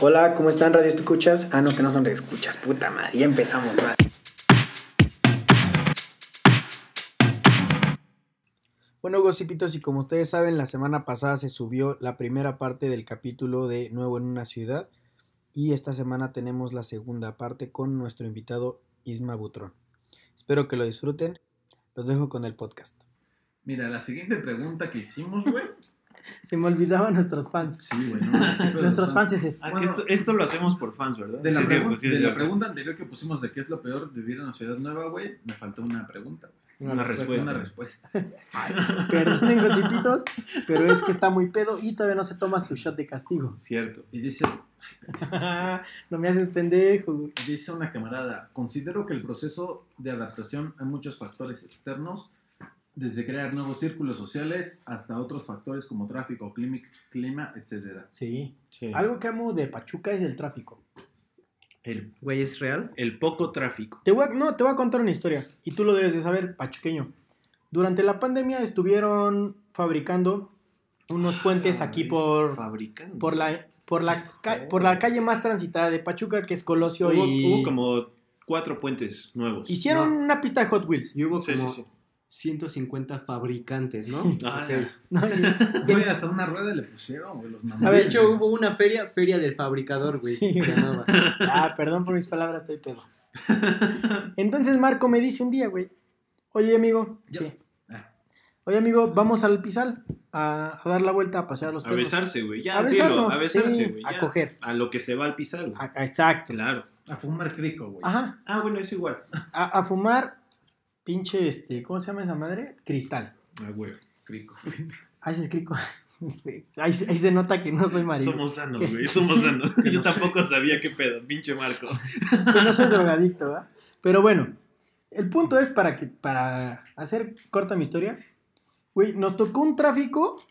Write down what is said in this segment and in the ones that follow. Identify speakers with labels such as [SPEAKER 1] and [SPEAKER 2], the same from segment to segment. [SPEAKER 1] Hola, ¿cómo están? Radio Escuchas. Ah, no, que no son escuchas, puta madre. Ya empezamos. va.
[SPEAKER 2] Bueno, gocipitos, y como ustedes saben, la semana pasada se subió la primera parte del capítulo de Nuevo en una ciudad. Y esta semana tenemos la segunda parte con nuestro invitado Isma Butrón. Espero que lo disfruten. Los dejo con el podcast.
[SPEAKER 3] Mira, la siguiente pregunta que hicimos, güey.
[SPEAKER 4] Se me olvidaban nuestros fans.
[SPEAKER 3] Sí, güey. no, siempre
[SPEAKER 4] Nuestros
[SPEAKER 3] los
[SPEAKER 4] fans es.
[SPEAKER 5] Ah,
[SPEAKER 3] Bueno.
[SPEAKER 5] que esto, esto lo hacemos por fans, ¿verdad?
[SPEAKER 3] De la,
[SPEAKER 5] Sí, es
[SPEAKER 3] pregun-
[SPEAKER 5] cierto, sí, es
[SPEAKER 3] de la
[SPEAKER 5] cierto.
[SPEAKER 3] pregunta anterior que pusimos de qué es lo peor de vivir en una ciudad nueva, güey, me faltó una pregunta. güey.
[SPEAKER 5] Una
[SPEAKER 3] Faltó una
[SPEAKER 5] respuesta.
[SPEAKER 3] respuesta.
[SPEAKER 4] Perdonen, gocipitos, pero es que está muy pedo y todavía no se toma su shot de castigo.
[SPEAKER 5] Cierto.
[SPEAKER 3] Y dice,
[SPEAKER 4] no me haces pendejo, güey.
[SPEAKER 3] dice una camarada, considero que el proceso de adaptación a muchos factores externos, desde crear nuevos círculos sociales hasta otros factores como tráfico, clima, clima etcétera.
[SPEAKER 4] Sí.
[SPEAKER 5] Sí.
[SPEAKER 4] Algo que amo de Pachuca es el tráfico.
[SPEAKER 5] El,
[SPEAKER 2] Güey, ¿es real?
[SPEAKER 5] el poco tráfico.
[SPEAKER 4] Te voy a, no, te voy a contar una historia y tú lo debes de saber, pachuqueño. Durante la pandemia estuvieron fabricando unos puentes aquí por,
[SPEAKER 5] Fabricando.
[SPEAKER 4] por, la, por, la, ca- por la calle más transitada de Pachuca, que es Colosio
[SPEAKER 5] Hubo,
[SPEAKER 4] y...
[SPEAKER 5] hubo como cuatro puentes nuevos.
[SPEAKER 4] Hicieron una pista de Hot Wheels.
[SPEAKER 6] Y hubo
[SPEAKER 5] Sí, sí,
[SPEAKER 6] como
[SPEAKER 5] sí.
[SPEAKER 6] 150 fabricantes, ¿no?
[SPEAKER 5] Ah,
[SPEAKER 6] Ok.
[SPEAKER 4] No, y-
[SPEAKER 3] Güey, hasta una rueda le pusieron, güey, los
[SPEAKER 4] A
[SPEAKER 3] mamás.
[SPEAKER 4] ver.
[SPEAKER 6] De hecho, hubo una feria, Feria del Fabricador, güey.
[SPEAKER 4] Sí.
[SPEAKER 6] se llamaba.
[SPEAKER 4] Ah, perdón por mis palabras, estoy pedo. Entonces Marco me dice un día, güey, oye amigo,
[SPEAKER 3] Ya.
[SPEAKER 4] sí.
[SPEAKER 3] Ah.
[SPEAKER 4] Oye amigo, vamos al Pizal a, a dar la vuelta, a pasear a los
[SPEAKER 5] A
[SPEAKER 4] perros.
[SPEAKER 5] besarse, güey. Ya,
[SPEAKER 4] A
[SPEAKER 5] dilo,
[SPEAKER 4] besarnos,
[SPEAKER 5] a besarse,
[SPEAKER 4] sí,
[SPEAKER 5] güey.
[SPEAKER 4] a
[SPEAKER 5] ya.
[SPEAKER 4] coger.
[SPEAKER 5] A lo que se va al pisar, güey.
[SPEAKER 4] A- a- exacto.
[SPEAKER 5] Claro.
[SPEAKER 3] A fumar crico, güey.
[SPEAKER 4] Ajá.
[SPEAKER 5] Ah, bueno, es igual.
[SPEAKER 4] A, a fumar pinche, este, ¿cómo se llama esa madre? Cristal.
[SPEAKER 5] Ah, güey.
[SPEAKER 3] Crico.
[SPEAKER 4] Ahí se escrico. Ahí, se- ahí se nota que no soy marido.
[SPEAKER 5] Somos sanos, güey. Somos sanos. Yo tampoco sabía qué pedo. Pinche Marco.
[SPEAKER 4] que no soy drogadicto, ¿verdad? Pero bueno, el punto es para que para hacer corta mi historia, güey, nos tocó un tráfico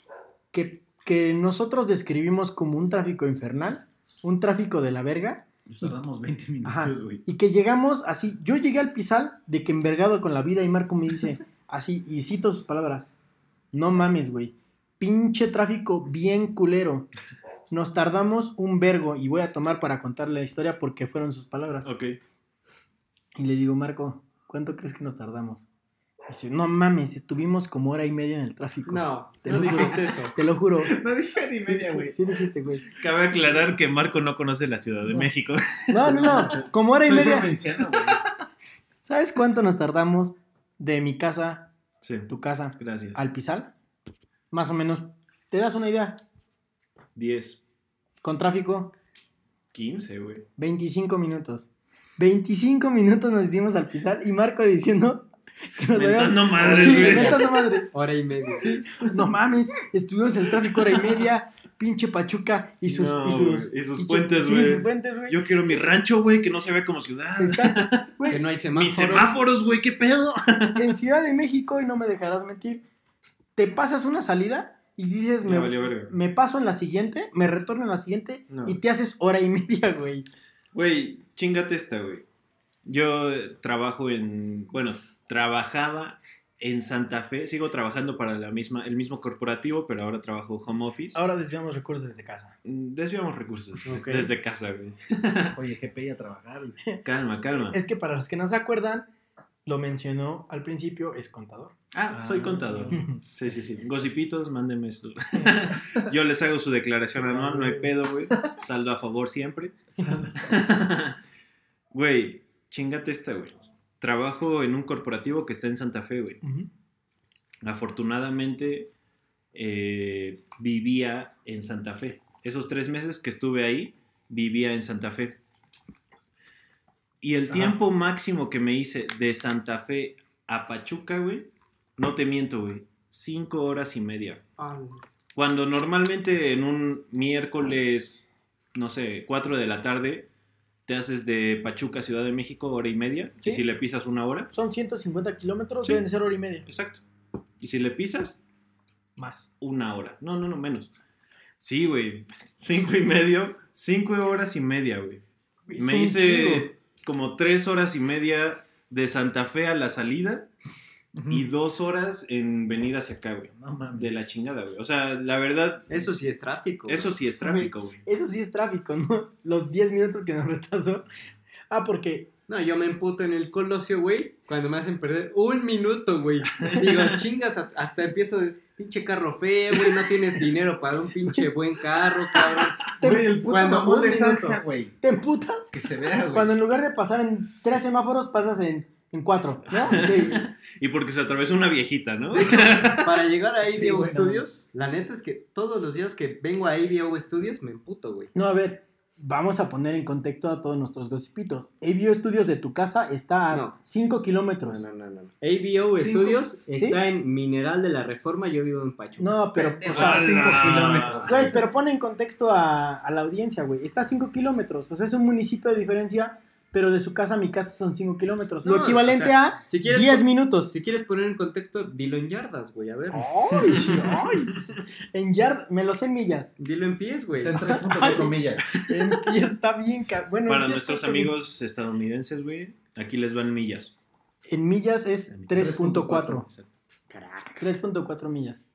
[SPEAKER 4] que, que nosotros describimos como un tráfico infernal, un tráfico de la verga,
[SPEAKER 3] Nos tardamos 20
[SPEAKER 4] Ajá.
[SPEAKER 3] minutos, güey.
[SPEAKER 4] y que llegamos así, yo llegué al Pizal de que envergado con la vida y Marco me dice así, y cito sus palabras, no mames, güey, pinche tráfico bien culero. Nos tardamos un vergo y voy a tomar para contar la historia porque fueron sus palabras.
[SPEAKER 5] Ok.
[SPEAKER 4] Y le digo, Marco, ¿cuánto crees que nos tardamos? Dice, no mames, estuvimos como hora y media en el tráfico.
[SPEAKER 6] No,
[SPEAKER 4] Te
[SPEAKER 6] no
[SPEAKER 4] lo juro.
[SPEAKER 6] dijiste eso.
[SPEAKER 4] Te lo juro.
[SPEAKER 5] No dije ni
[SPEAKER 4] Sí, sí, sí dijiste, güey.
[SPEAKER 5] Cabe aclarar que Marco no conoce la Ciudad de
[SPEAKER 4] No.
[SPEAKER 5] México.
[SPEAKER 4] No, no, no. Como hora y
[SPEAKER 3] Soy
[SPEAKER 4] media.
[SPEAKER 3] provinciano, güey.
[SPEAKER 4] ¿Sabes cuánto nos tardamos de mi casa,
[SPEAKER 5] Sí.
[SPEAKER 4] tu casa,
[SPEAKER 5] Gracias.
[SPEAKER 4] al Pizal? Más o menos. ¿Te das una idea?
[SPEAKER 5] 10.
[SPEAKER 4] Con tráfico,
[SPEAKER 5] 15, güey.
[SPEAKER 4] 25 minutos. 25 minutos nos hicimos al Pizal y Marco diciendo que nos habíamos-
[SPEAKER 5] Mentando madres,
[SPEAKER 4] Sí,
[SPEAKER 5] güey.
[SPEAKER 4] inventando madres.
[SPEAKER 6] Hora y media.
[SPEAKER 4] No mames, estuvimos en el tráfico hora y media, pinche Pachuca y sus,
[SPEAKER 5] No,
[SPEAKER 4] y sus,
[SPEAKER 5] güey, y sus
[SPEAKER 4] pinches-
[SPEAKER 5] puentes,
[SPEAKER 4] sí,
[SPEAKER 5] güey.
[SPEAKER 4] sus puentes, güey.
[SPEAKER 5] Yo quiero mi rancho, güey, que no se ve como ciudad.
[SPEAKER 4] Exacto, güey.
[SPEAKER 6] Que no hay
[SPEAKER 5] Mis
[SPEAKER 6] semáforos.
[SPEAKER 5] semáforos, güey, qué pedo.
[SPEAKER 4] En Ciudad de México, y no me dejarás mentir, te pasas una salida y dices, me,
[SPEAKER 5] Me valió verga.
[SPEAKER 4] me paso en la siguiente, me retorno en la siguiente
[SPEAKER 5] No.
[SPEAKER 4] y te haces hora y media, güey.
[SPEAKER 5] Güey, chingate esta, güey. Yo eh, trabajo en, bueno, trabajaba en Santa Fe, sigo trabajando para la misma, el mismo corporativo, pero ahora trabajo home office.
[SPEAKER 4] Ahora desviamos recursos desde casa.
[SPEAKER 5] Mm, Desviamos recursos
[SPEAKER 4] Ah. Ok.
[SPEAKER 5] desde casa, güey.
[SPEAKER 3] Oye, GP a trabajar, güey.
[SPEAKER 5] Calma, calma.
[SPEAKER 4] Es que para los que no se acuerdan, lo mencionó al principio, es contador.
[SPEAKER 5] Ah, soy
[SPEAKER 3] Ah.
[SPEAKER 5] contador. Sí, sí, sí. Gocipitos, mándenme esto. Yo les hago su declaración anual, no hay pedo, güey. Saldo a favor siempre. Güey, chingate esta, güey. Trabajo en un corporativo que está en Santa Fe, güey.
[SPEAKER 4] Ujú.
[SPEAKER 5] Afortunadamente eh, vivía en Santa Fe. Esos tres meses que estuve ahí, vivía en Santa Fe. Y el
[SPEAKER 3] Ajá.
[SPEAKER 5] tiempo máximo que me hice de Santa Fe a Pachuca, güey, no te miento, güey, cinco horas y media.
[SPEAKER 6] Ah,
[SPEAKER 5] Cuando normalmente en un miércoles, no sé, 4 de la tarde, te haces de Pachuca a Ciudad de México hora y media.
[SPEAKER 4] Sí.
[SPEAKER 5] Y si le pisas una hora,
[SPEAKER 4] Son 150 kilómetros,
[SPEAKER 5] Sí.
[SPEAKER 4] deben de ser hora y media.
[SPEAKER 5] exacto. Y si le pisas,
[SPEAKER 4] Más.
[SPEAKER 5] una hora. No, no, no, menos. Sí, güey. Cinco y medio. Cinco horas y media, güey.
[SPEAKER 4] Es
[SPEAKER 5] Me
[SPEAKER 4] un
[SPEAKER 5] hice
[SPEAKER 4] chingo.
[SPEAKER 5] como tres horas y media de Santa Fe a la salida
[SPEAKER 2] Ujú.
[SPEAKER 4] Mm.
[SPEAKER 5] y dos horas en venir hacia acá, güey.
[SPEAKER 3] No mames.
[SPEAKER 5] De la chingada, güey. O sea, la verdad,
[SPEAKER 6] Eso sí es tráfico. güey.
[SPEAKER 5] eso sí es tráfico, güey.
[SPEAKER 4] Eso sí es tráfico, ¿no? Los 10 minutos que nos retrasó. Ah, porque
[SPEAKER 6] No, yo me emputo en el Colosio, güey, cuando me hacen perder un minuto, güey. Digo, chingas, a- hasta empiezo de pinche carro feo, güey, no tienes dinero para un pinche buen carro, cabrón.
[SPEAKER 3] Güey, el puto
[SPEAKER 6] Cuando
[SPEAKER 3] mamón
[SPEAKER 6] un
[SPEAKER 3] de
[SPEAKER 6] minuto.
[SPEAKER 3] Zanja, güey.
[SPEAKER 4] te emputas
[SPEAKER 3] Que se vea, güey.
[SPEAKER 4] cuando en lugar de pasar en tres semáforos pasas en, en cuatro, ¿no? Sí.
[SPEAKER 5] Y porque se atravesó una viejita, ¿no?
[SPEAKER 6] Para llegar a
[SPEAKER 2] Sí,
[SPEAKER 6] ABO
[SPEAKER 2] güey, no
[SPEAKER 6] Studios, la neta es que todos los días que vengo a ABO Studios me emputo, güey.
[SPEAKER 4] No, a ver, vamos a poner en contexto a todos nuestros gossipitos. Avio Studios de tu casa está a
[SPEAKER 6] No.
[SPEAKER 4] 5
[SPEAKER 6] No,
[SPEAKER 4] kilómetros.
[SPEAKER 6] no, no, no.
[SPEAKER 3] Cinco-
[SPEAKER 6] ABO Studios
[SPEAKER 4] ¿Sí?
[SPEAKER 6] está en Mineral de la Reforma, yo vivo en Pachuca.
[SPEAKER 4] No, pero, o sea,
[SPEAKER 3] Ah, cinco
[SPEAKER 5] ¡Hala!
[SPEAKER 3] kilómetros.
[SPEAKER 4] güey, pero pone en contexto a, a la audiencia, güey. Está a 5 kilómetros, o sea, es un municipio de diferencia, pero de su casa a mi casa son 5 kilómetros. Lo
[SPEAKER 6] No,
[SPEAKER 4] equivalente
[SPEAKER 6] o sea,
[SPEAKER 4] a
[SPEAKER 6] Si quieres,
[SPEAKER 4] 10 minutos.
[SPEAKER 6] si quieres poner en contexto, dilo en yardas, güey, a ver.
[SPEAKER 4] ¡Ay, ay! En yard, me lo sé en millas.
[SPEAKER 6] Dilo en pies, güey.
[SPEAKER 3] Está en 3.4 millas.
[SPEAKER 4] En- y está bien, ca- bueno. en
[SPEAKER 5] Para
[SPEAKER 4] pies
[SPEAKER 5] nuestros
[SPEAKER 4] creo que sí.
[SPEAKER 5] amigos estadounidenses, güey, aquí les van millas.
[SPEAKER 4] En millas es 3.4.
[SPEAKER 5] Exacto.
[SPEAKER 4] 3.4 millas.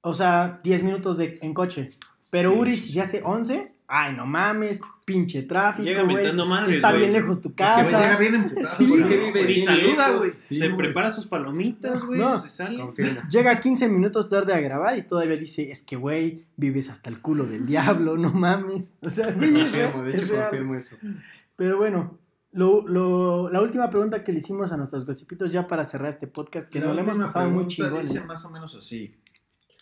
[SPEAKER 4] O sea, 10 minutos de, en coche. Pero
[SPEAKER 5] Sí.
[SPEAKER 4] Uri, si se hace 11, ay, no mames, pinche tráfico,
[SPEAKER 5] Llega
[SPEAKER 4] Ah, güey.
[SPEAKER 5] mentando madres,
[SPEAKER 4] Está
[SPEAKER 5] güey.
[SPEAKER 4] bien lejos tu
[SPEAKER 3] Es que güey, llega
[SPEAKER 4] casa.
[SPEAKER 3] bien emputado.
[SPEAKER 4] Sí,
[SPEAKER 3] güey.
[SPEAKER 6] que vive
[SPEAKER 5] Ni
[SPEAKER 6] bien
[SPEAKER 5] saluda,
[SPEAKER 6] lejos.
[SPEAKER 5] güey.
[SPEAKER 3] Sí,
[SPEAKER 5] se
[SPEAKER 3] güey.
[SPEAKER 5] prepara sus palomitas, güey.
[SPEAKER 4] No.
[SPEAKER 5] Se sale.
[SPEAKER 6] Confirma.
[SPEAKER 4] Llega 15 minutos tarde a grabar y todavía dice, es que, güey, vives hasta el culo del diablo, no mames. O sea, güey, es real,
[SPEAKER 6] Confirmo, de
[SPEAKER 4] es
[SPEAKER 6] hecho,
[SPEAKER 4] real.
[SPEAKER 6] confirmo eso.
[SPEAKER 4] Pero bueno, lo, lo- la última pregunta que le hicimos a nuestros gossipitos ya para cerrar este podcast, que
[SPEAKER 3] La
[SPEAKER 4] nos lo hemos
[SPEAKER 3] última
[SPEAKER 4] pasado muy
[SPEAKER 3] pregunta
[SPEAKER 4] chingón.
[SPEAKER 3] Dice
[SPEAKER 4] ¿eh?
[SPEAKER 3] más o menos así.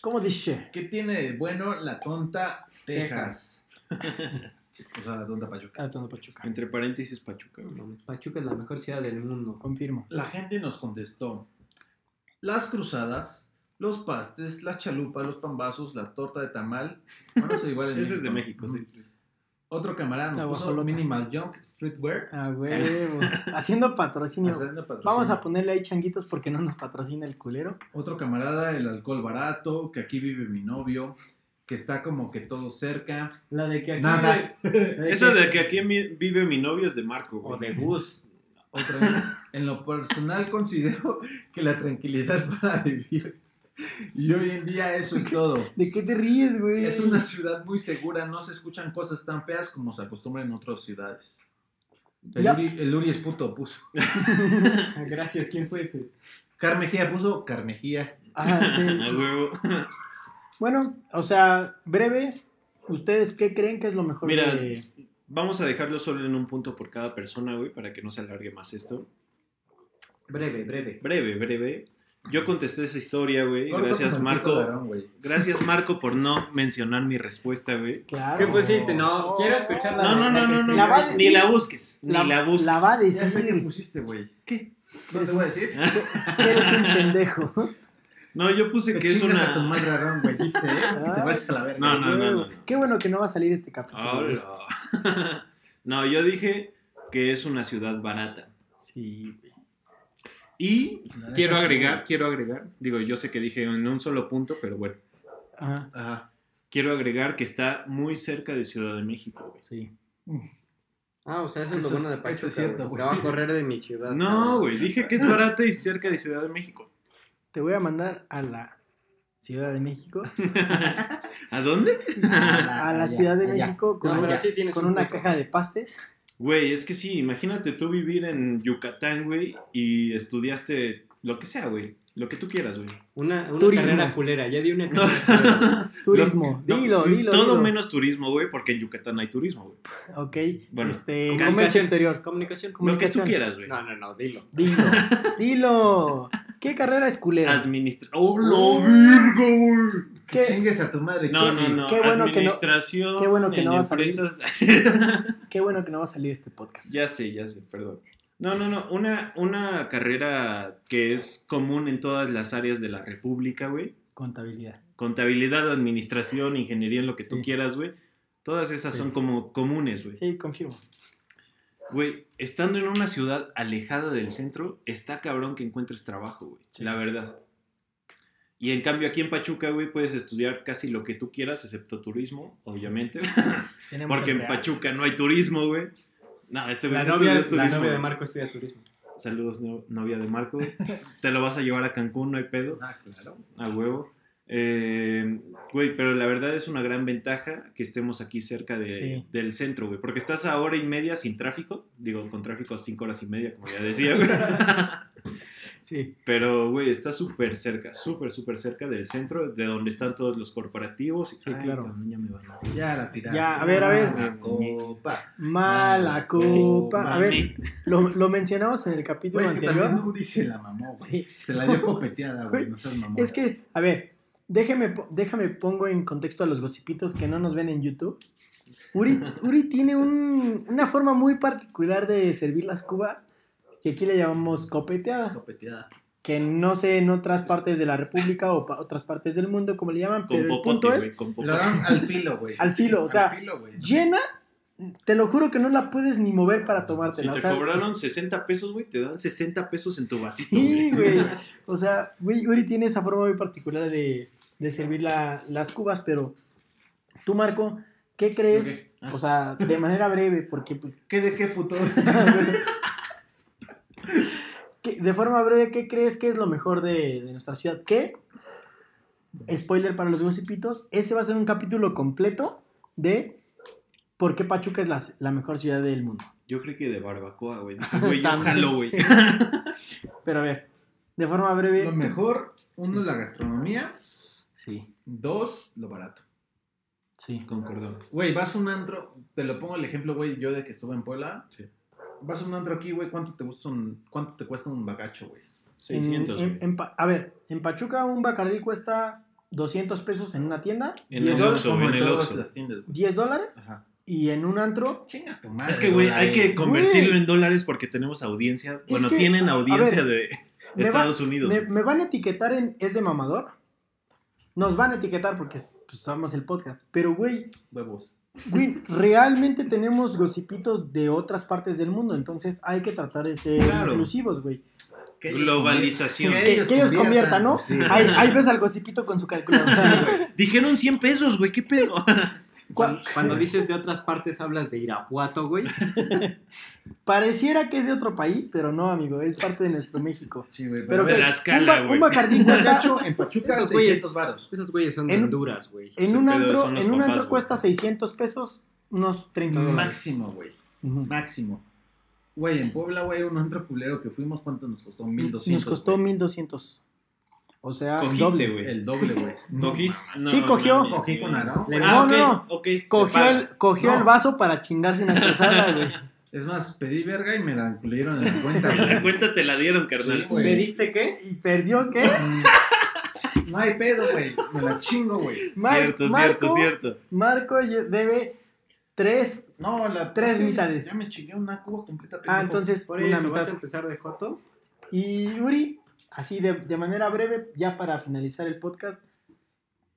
[SPEAKER 4] ¿Cómo dice?
[SPEAKER 3] ¿Qué tiene de bueno la tonta Texas? o sea, la tonta Pachuca.
[SPEAKER 4] Ah, todo Pachuca.
[SPEAKER 5] Entre paréntesis, Pachuca,
[SPEAKER 6] No
[SPEAKER 5] güey.
[SPEAKER 6] mames, Pachuca es la mejor ciudad del mundo.
[SPEAKER 4] Confirmo.
[SPEAKER 3] La gente nos contestó. Las cruzadas, los pastes, las chalupas, los pambazos, la torta de tamal. Bueno, eso igual en
[SPEAKER 5] Ese es de México, sí. sí.
[SPEAKER 3] Otro camarada nos
[SPEAKER 4] La
[SPEAKER 3] puso
[SPEAKER 4] guajolota.
[SPEAKER 3] Minimal Junk Streetwear.
[SPEAKER 4] Ah, huevo. Haciendo patrocinio.
[SPEAKER 3] Haciendo patrocinio.
[SPEAKER 4] Vamos a ponerle ahí changuitos porque no nos patrocina el culero.
[SPEAKER 3] Otro camarada, el alcohol barato, que aquí vive mi novio, que está como que todo cerca.
[SPEAKER 4] La de que
[SPEAKER 3] aquí Nada.
[SPEAKER 4] Eh,
[SPEAKER 5] Eso de que aquí mi- vive mi novio es de Marco, güey.
[SPEAKER 3] de bus. en lo personal considero que la tranquilidad para vivir. Y hoy en día eso es todo.
[SPEAKER 4] ¿De qué te ríes, güey?
[SPEAKER 3] Es una ciudad muy segura, no se escuchan cosas tan feas como se acostumbra en otras ciudades. El,
[SPEAKER 4] Ya.
[SPEAKER 3] Uri, el Uri es puto, puso.
[SPEAKER 6] Gracias, ¿quién fue ese?
[SPEAKER 3] Carmejía puso Carmejía.
[SPEAKER 4] Ah,
[SPEAKER 5] A
[SPEAKER 4] sí.
[SPEAKER 5] huevo.
[SPEAKER 4] Bueno, o sea, breve. ¿Ustedes qué creen que es lo mejor
[SPEAKER 5] Mira,
[SPEAKER 4] de-
[SPEAKER 5] vamos a dejarlo solo en un punto por cada persona, güey, para que no se alargue más esto.
[SPEAKER 6] Breve, breve.
[SPEAKER 5] Breve, breve. Yo contesté esa historia, güey.
[SPEAKER 3] Corto
[SPEAKER 5] Gracias,
[SPEAKER 3] como el pito de
[SPEAKER 5] Marco.
[SPEAKER 3] Aarón, güey.
[SPEAKER 5] Gracias, Marco, por no mencionar mi respuesta, güey.
[SPEAKER 4] Claro.
[SPEAKER 6] ¿Qué pusiste? No, quiero escuchar la
[SPEAKER 5] No, no, no, no, no.
[SPEAKER 4] La va a
[SPEAKER 5] Ni
[SPEAKER 4] decir.
[SPEAKER 5] la busques. Ni
[SPEAKER 4] La,
[SPEAKER 5] la, busques.
[SPEAKER 4] la va a
[SPEAKER 3] Ya sé qué
[SPEAKER 4] decir.
[SPEAKER 3] pusiste, güey.
[SPEAKER 5] ¿Qué?
[SPEAKER 3] No te voy a decir.
[SPEAKER 4] Eres un pendejo.
[SPEAKER 5] No, yo puse
[SPEAKER 3] Te
[SPEAKER 5] que es
[SPEAKER 3] chingas
[SPEAKER 5] una.
[SPEAKER 3] a tu madre, Aarón, güey. Dice, ¿eh? Te vas a la verga.
[SPEAKER 5] No, no, no, no, no. Ah.
[SPEAKER 4] Qué bueno que no va a salir este capítulo. güey.
[SPEAKER 5] Hola. no, yo dije que es una ciudad barata.
[SPEAKER 4] Sí, güey.
[SPEAKER 5] Y
[SPEAKER 3] La neta,
[SPEAKER 5] quiero
[SPEAKER 3] sí,
[SPEAKER 5] agregar,
[SPEAKER 3] güey.
[SPEAKER 5] quiero agregar, digo, yo sé que dije en un solo punto, pero bueno,
[SPEAKER 4] Ajá,
[SPEAKER 3] Ajá.
[SPEAKER 5] quiero agregar que está muy cerca de Ciudad de México, güey.
[SPEAKER 4] sí.
[SPEAKER 6] Ah, o sea, eso es lo
[SPEAKER 3] Eso
[SPEAKER 6] bueno de
[SPEAKER 3] es-
[SPEAKER 6] Pachuca.
[SPEAKER 3] eso es cierto,
[SPEAKER 6] güey.
[SPEAKER 3] güey.
[SPEAKER 6] Te va a correr de mi ciudad.
[SPEAKER 5] No,
[SPEAKER 6] cabrón.
[SPEAKER 5] güey, dije que es barata y cerca de Ciudad de México.
[SPEAKER 4] Te voy a mandar a la Ciudad de México.
[SPEAKER 5] ¿A dónde?
[SPEAKER 4] A la Ciudad de México con,
[SPEAKER 6] No, pero
[SPEAKER 4] una-
[SPEAKER 6] sí tienes
[SPEAKER 4] con
[SPEAKER 6] un
[SPEAKER 4] una
[SPEAKER 6] punto.
[SPEAKER 4] caja de pastes.
[SPEAKER 5] Güey, es que sí, imagínate tú vivir en Yucatán, güey, y estudiaste lo que sea, güey, lo que tú quieras, güey.
[SPEAKER 6] Una, una
[SPEAKER 4] Turismo.
[SPEAKER 6] carrera culera, ya di una carrera culera.
[SPEAKER 4] Turismo.
[SPEAKER 5] Lo-
[SPEAKER 4] dilo,
[SPEAKER 5] no,
[SPEAKER 4] dilo.
[SPEAKER 5] Todo
[SPEAKER 4] dilo.
[SPEAKER 5] menos turismo, güey, porque en Yucatán hay turismo, güey.
[SPEAKER 4] Ok.
[SPEAKER 5] Bueno,
[SPEAKER 4] este,
[SPEAKER 5] comunicación.
[SPEAKER 4] comercio exterior.
[SPEAKER 6] Comunicación.
[SPEAKER 5] Lo que tú
[SPEAKER 4] Comunicación.
[SPEAKER 5] quieras, güey.
[SPEAKER 6] No, no, no, dilo.
[SPEAKER 4] Dilo. Dilo. ¿Qué carrera es culera?
[SPEAKER 5] Administra... ¡Oh, lo virgo, güey!
[SPEAKER 3] Que
[SPEAKER 4] ¿Qué,
[SPEAKER 3] chingues a tu madre,
[SPEAKER 5] No,
[SPEAKER 3] Chessy.
[SPEAKER 5] no, no.
[SPEAKER 4] Qué bueno que no-
[SPEAKER 5] Administración
[SPEAKER 4] qué bueno que
[SPEAKER 5] en
[SPEAKER 4] no va a salir.
[SPEAKER 5] empresas.
[SPEAKER 4] qué bueno que no va a salir este podcast.
[SPEAKER 5] ya sé, ya sé, perdón. No, no, no. Una, una carrera que es común en todas las áreas de la República, güey.
[SPEAKER 4] Contabilidad.
[SPEAKER 5] Contabilidad, administración, ingeniería, en lo que tú
[SPEAKER 4] Sí.
[SPEAKER 5] quieras, güey. Todas esas
[SPEAKER 4] Sí.
[SPEAKER 5] son como comunes, güey.
[SPEAKER 4] Sí, confirmo.
[SPEAKER 5] Güey, estando en una ciudad alejada del centro, está cabrón que encuentres trabajo, güey. La verdad. Y en cambio aquí en Pachuca, güey, puedes estudiar casi lo que tú quieras, excepto turismo, obviamente.
[SPEAKER 4] Tenemos
[SPEAKER 5] Porque
[SPEAKER 4] el
[SPEAKER 5] en
[SPEAKER 4] real.
[SPEAKER 5] Pachuca no hay turismo, güey. No, este güey
[SPEAKER 6] La
[SPEAKER 5] no
[SPEAKER 6] novia,
[SPEAKER 5] estudia
[SPEAKER 6] la
[SPEAKER 5] turismo.
[SPEAKER 6] novia de Marco estudia turismo.
[SPEAKER 5] Saludos, no- novia de Marco. Te lo vas a llevar a Cancún, no hay pedo.
[SPEAKER 3] Ah, claro.
[SPEAKER 5] A huevo. Eh, güey, pero la verdad es una gran ventaja que estemos aquí cerca de-
[SPEAKER 4] Sí.
[SPEAKER 5] del centro, güey. Porque estás a hora y media sin tráfico. Digo, con tráfico cinco horas y media, como ya decía, güey.
[SPEAKER 4] Sí.
[SPEAKER 5] Pero, güey, está súper cerca, súper, súper cerca del centro, de donde están todos los corporativos.
[SPEAKER 4] Sí, claro.
[SPEAKER 5] cabrón, ya me van a-
[SPEAKER 3] Ya la tiraste.
[SPEAKER 4] Ya, a ver, a ver.
[SPEAKER 3] La copa.
[SPEAKER 4] Mala copa. A ver, lo, lo mencionamos en el capítulo
[SPEAKER 3] Güey, es que también
[SPEAKER 4] anterior.
[SPEAKER 3] Uri se la mamó, güey.
[SPEAKER 4] Sí.
[SPEAKER 3] Se la dio copeteada, güey. No seas mamón.
[SPEAKER 4] Es que, a ver, déjeme, po- déjame pongo en contexto a los gocipitos que no nos ven en YouTube. Uri, Uri tiene un- una forma muy particular de servir las cubas, que aquí le llamamos copeteada,
[SPEAKER 3] Copeteada.
[SPEAKER 4] que no sé en otras partes de la República o pa- otras partes del mundo como le llaman,
[SPEAKER 5] Con
[SPEAKER 4] pero el punto
[SPEAKER 5] popote,
[SPEAKER 4] es
[SPEAKER 5] güey, con
[SPEAKER 3] Lo
[SPEAKER 5] popote.
[SPEAKER 3] dan al filo, güey.
[SPEAKER 4] al filo, o sea,
[SPEAKER 3] Al filo, güey.
[SPEAKER 4] llena, te lo juro que no la puedes ni mover para
[SPEAKER 5] Si
[SPEAKER 4] tomártela.
[SPEAKER 5] te
[SPEAKER 4] o sea,
[SPEAKER 5] cobraron 60 pesos, güey, te dan 60 pesos en tu vasito.
[SPEAKER 4] Sí,
[SPEAKER 5] güey.
[SPEAKER 4] güey. O sea, güey, Uri tiene esa forma muy particular de, de servir la- las cubas, pero tú, Marco, ¿qué crees?
[SPEAKER 3] Ok. Ah.
[SPEAKER 4] O sea, de manera breve, porque pues,
[SPEAKER 3] ¿Qué de qué puto?
[SPEAKER 4] ¿qué- de forma breve, ¿qué crees que es lo mejor de, de nuestra ciudad? ¿Qué? Spoiler para los gossipitos, ese va a ser un capítulo completo de por qué Pachuca es la, la mejor ciudad del mundo.
[SPEAKER 5] Yo creí que de barbacoa, güey. Dije, Güey, yo
[SPEAKER 4] También.
[SPEAKER 5] jalo, güey.
[SPEAKER 4] Pero a ver, de forma breve,
[SPEAKER 3] Lo mejor, uno, la gastronomía.
[SPEAKER 4] sí,
[SPEAKER 3] Dos, lo barato.
[SPEAKER 4] sí.
[SPEAKER 5] Concordó.
[SPEAKER 3] Güey, vas a un antro, te lo pongo el ejemplo, güey, yo de que estuve en Puebla.
[SPEAKER 5] Sí.
[SPEAKER 3] Vas a un antro aquí, güey, ¿cuánto te gusta un, cuánto te cuesta un bacacho, güey?
[SPEAKER 4] En-
[SPEAKER 5] 600,
[SPEAKER 4] en-
[SPEAKER 5] güey.
[SPEAKER 4] en Pa- a ver, en Pachuca un Bacardí cuesta 200 pesos en una tienda,
[SPEAKER 5] En
[SPEAKER 4] 10,
[SPEAKER 5] el
[SPEAKER 4] dólares,
[SPEAKER 5] Oxxo,
[SPEAKER 3] como
[SPEAKER 5] en el
[SPEAKER 3] todas
[SPEAKER 5] Oxxo.
[SPEAKER 3] las tiendas, güey.
[SPEAKER 4] 10 dólares,
[SPEAKER 3] Ajá.
[SPEAKER 4] y en un antro...
[SPEAKER 3] Chinga tu madre.
[SPEAKER 5] Es que, güey, hay que
[SPEAKER 3] dólares.
[SPEAKER 5] convertirlo
[SPEAKER 4] Güey.
[SPEAKER 5] en dólares porque tenemos audiencia.
[SPEAKER 4] Es
[SPEAKER 5] Bueno,
[SPEAKER 4] que,
[SPEAKER 5] tienen
[SPEAKER 4] a- a
[SPEAKER 5] audiencia de
[SPEAKER 4] Me, va-
[SPEAKER 5] Estados Unidos.
[SPEAKER 4] me- me van a etiquetar en... ¿Es de mamador? Nos van a etiquetar porque es- pues, somos el podcast. Pero, güey,
[SPEAKER 3] Huevos.
[SPEAKER 4] güey, realmente tenemos gocipitos de otras partes del mundo. Entonces hay que tratar de ser
[SPEAKER 5] Claro.
[SPEAKER 4] inclusivos, güey.
[SPEAKER 3] Que ellos
[SPEAKER 5] Globalización.
[SPEAKER 3] conviertan.
[SPEAKER 4] Que, que ellos conviertan, ¿no?
[SPEAKER 3] Sí.
[SPEAKER 4] Ahí, ahí ves al gocipito con su calculadora.
[SPEAKER 5] Dijeron 100 pesos, güey, qué pedo.
[SPEAKER 4] Cua-
[SPEAKER 6] Cuando dices de otras partes, hablas de Irapuato, güey.
[SPEAKER 4] Pareciera que es de otro país, pero no, amigo. Es parte de nuestro México.
[SPEAKER 3] Sí, güey,
[SPEAKER 4] Pero
[SPEAKER 3] pero,
[SPEAKER 4] que
[SPEAKER 5] de
[SPEAKER 3] pero
[SPEAKER 5] la escala,
[SPEAKER 4] un, ba-
[SPEAKER 5] güey.
[SPEAKER 4] un Bacardí cuesta...
[SPEAKER 3] en Pachuca
[SPEAKER 6] Esos
[SPEAKER 3] esos
[SPEAKER 6] güeyes-
[SPEAKER 3] 600 varos.
[SPEAKER 6] Esos güeyes son de
[SPEAKER 4] En-
[SPEAKER 6] Honduras, güey.
[SPEAKER 4] En
[SPEAKER 5] Ese
[SPEAKER 4] un
[SPEAKER 5] pedo
[SPEAKER 4] antro,
[SPEAKER 5] son los
[SPEAKER 4] en un
[SPEAKER 5] papás,
[SPEAKER 4] antro
[SPEAKER 5] güey.
[SPEAKER 4] cuesta 600 pesos, unos 30
[SPEAKER 3] Mm.
[SPEAKER 4] dólares.
[SPEAKER 3] Máximo, güey.
[SPEAKER 4] Ujú.
[SPEAKER 3] Máximo. Güey, en Puebla, güey, un antro culero que fuimos, ¿cuánto nos costó?
[SPEAKER 4] Nos
[SPEAKER 3] 1200.
[SPEAKER 4] costó
[SPEAKER 3] güey.
[SPEAKER 4] 1200. O sea,
[SPEAKER 5] Cogiste,
[SPEAKER 4] doble.
[SPEAKER 5] güey.
[SPEAKER 3] El doble, güey.
[SPEAKER 5] Cogiste- no,
[SPEAKER 4] Sí, cogió.
[SPEAKER 5] mames,
[SPEAKER 3] Cogí con
[SPEAKER 5] güey.
[SPEAKER 3] Aarón, güey.
[SPEAKER 4] No,
[SPEAKER 5] ok,
[SPEAKER 4] no, no.
[SPEAKER 5] ok, se
[SPEAKER 4] Cogió,
[SPEAKER 5] paga.
[SPEAKER 4] el, cogió
[SPEAKER 3] No.
[SPEAKER 4] el vaso para chingarse una cruzada, güey.
[SPEAKER 3] Es más, pedí verga y me la incluyeron en la cuenta,
[SPEAKER 5] La
[SPEAKER 3] güey.
[SPEAKER 5] cuenta te la dieron, carnal.
[SPEAKER 3] Sí, güey.
[SPEAKER 4] diste qué? ¿Y perdió qué?
[SPEAKER 3] Mm. No hay pedo, güey. Me la chingo, güey.
[SPEAKER 4] Mar-
[SPEAKER 5] cierto,
[SPEAKER 4] Marco,
[SPEAKER 5] cierto, cierto.
[SPEAKER 4] Marco ye- debe 3.
[SPEAKER 3] No, la
[SPEAKER 4] Tres
[SPEAKER 3] sí,
[SPEAKER 4] mitades.
[SPEAKER 3] Ya me chingué una cuba completa.
[SPEAKER 4] Ah,
[SPEAKER 3] pendejo.
[SPEAKER 4] entonces
[SPEAKER 6] Por
[SPEAKER 4] una
[SPEAKER 6] eso vas
[SPEAKER 4] mitad.
[SPEAKER 6] a empezar de Joto.
[SPEAKER 4] Y Uri, así de, de manera breve, ya para finalizar el podcast,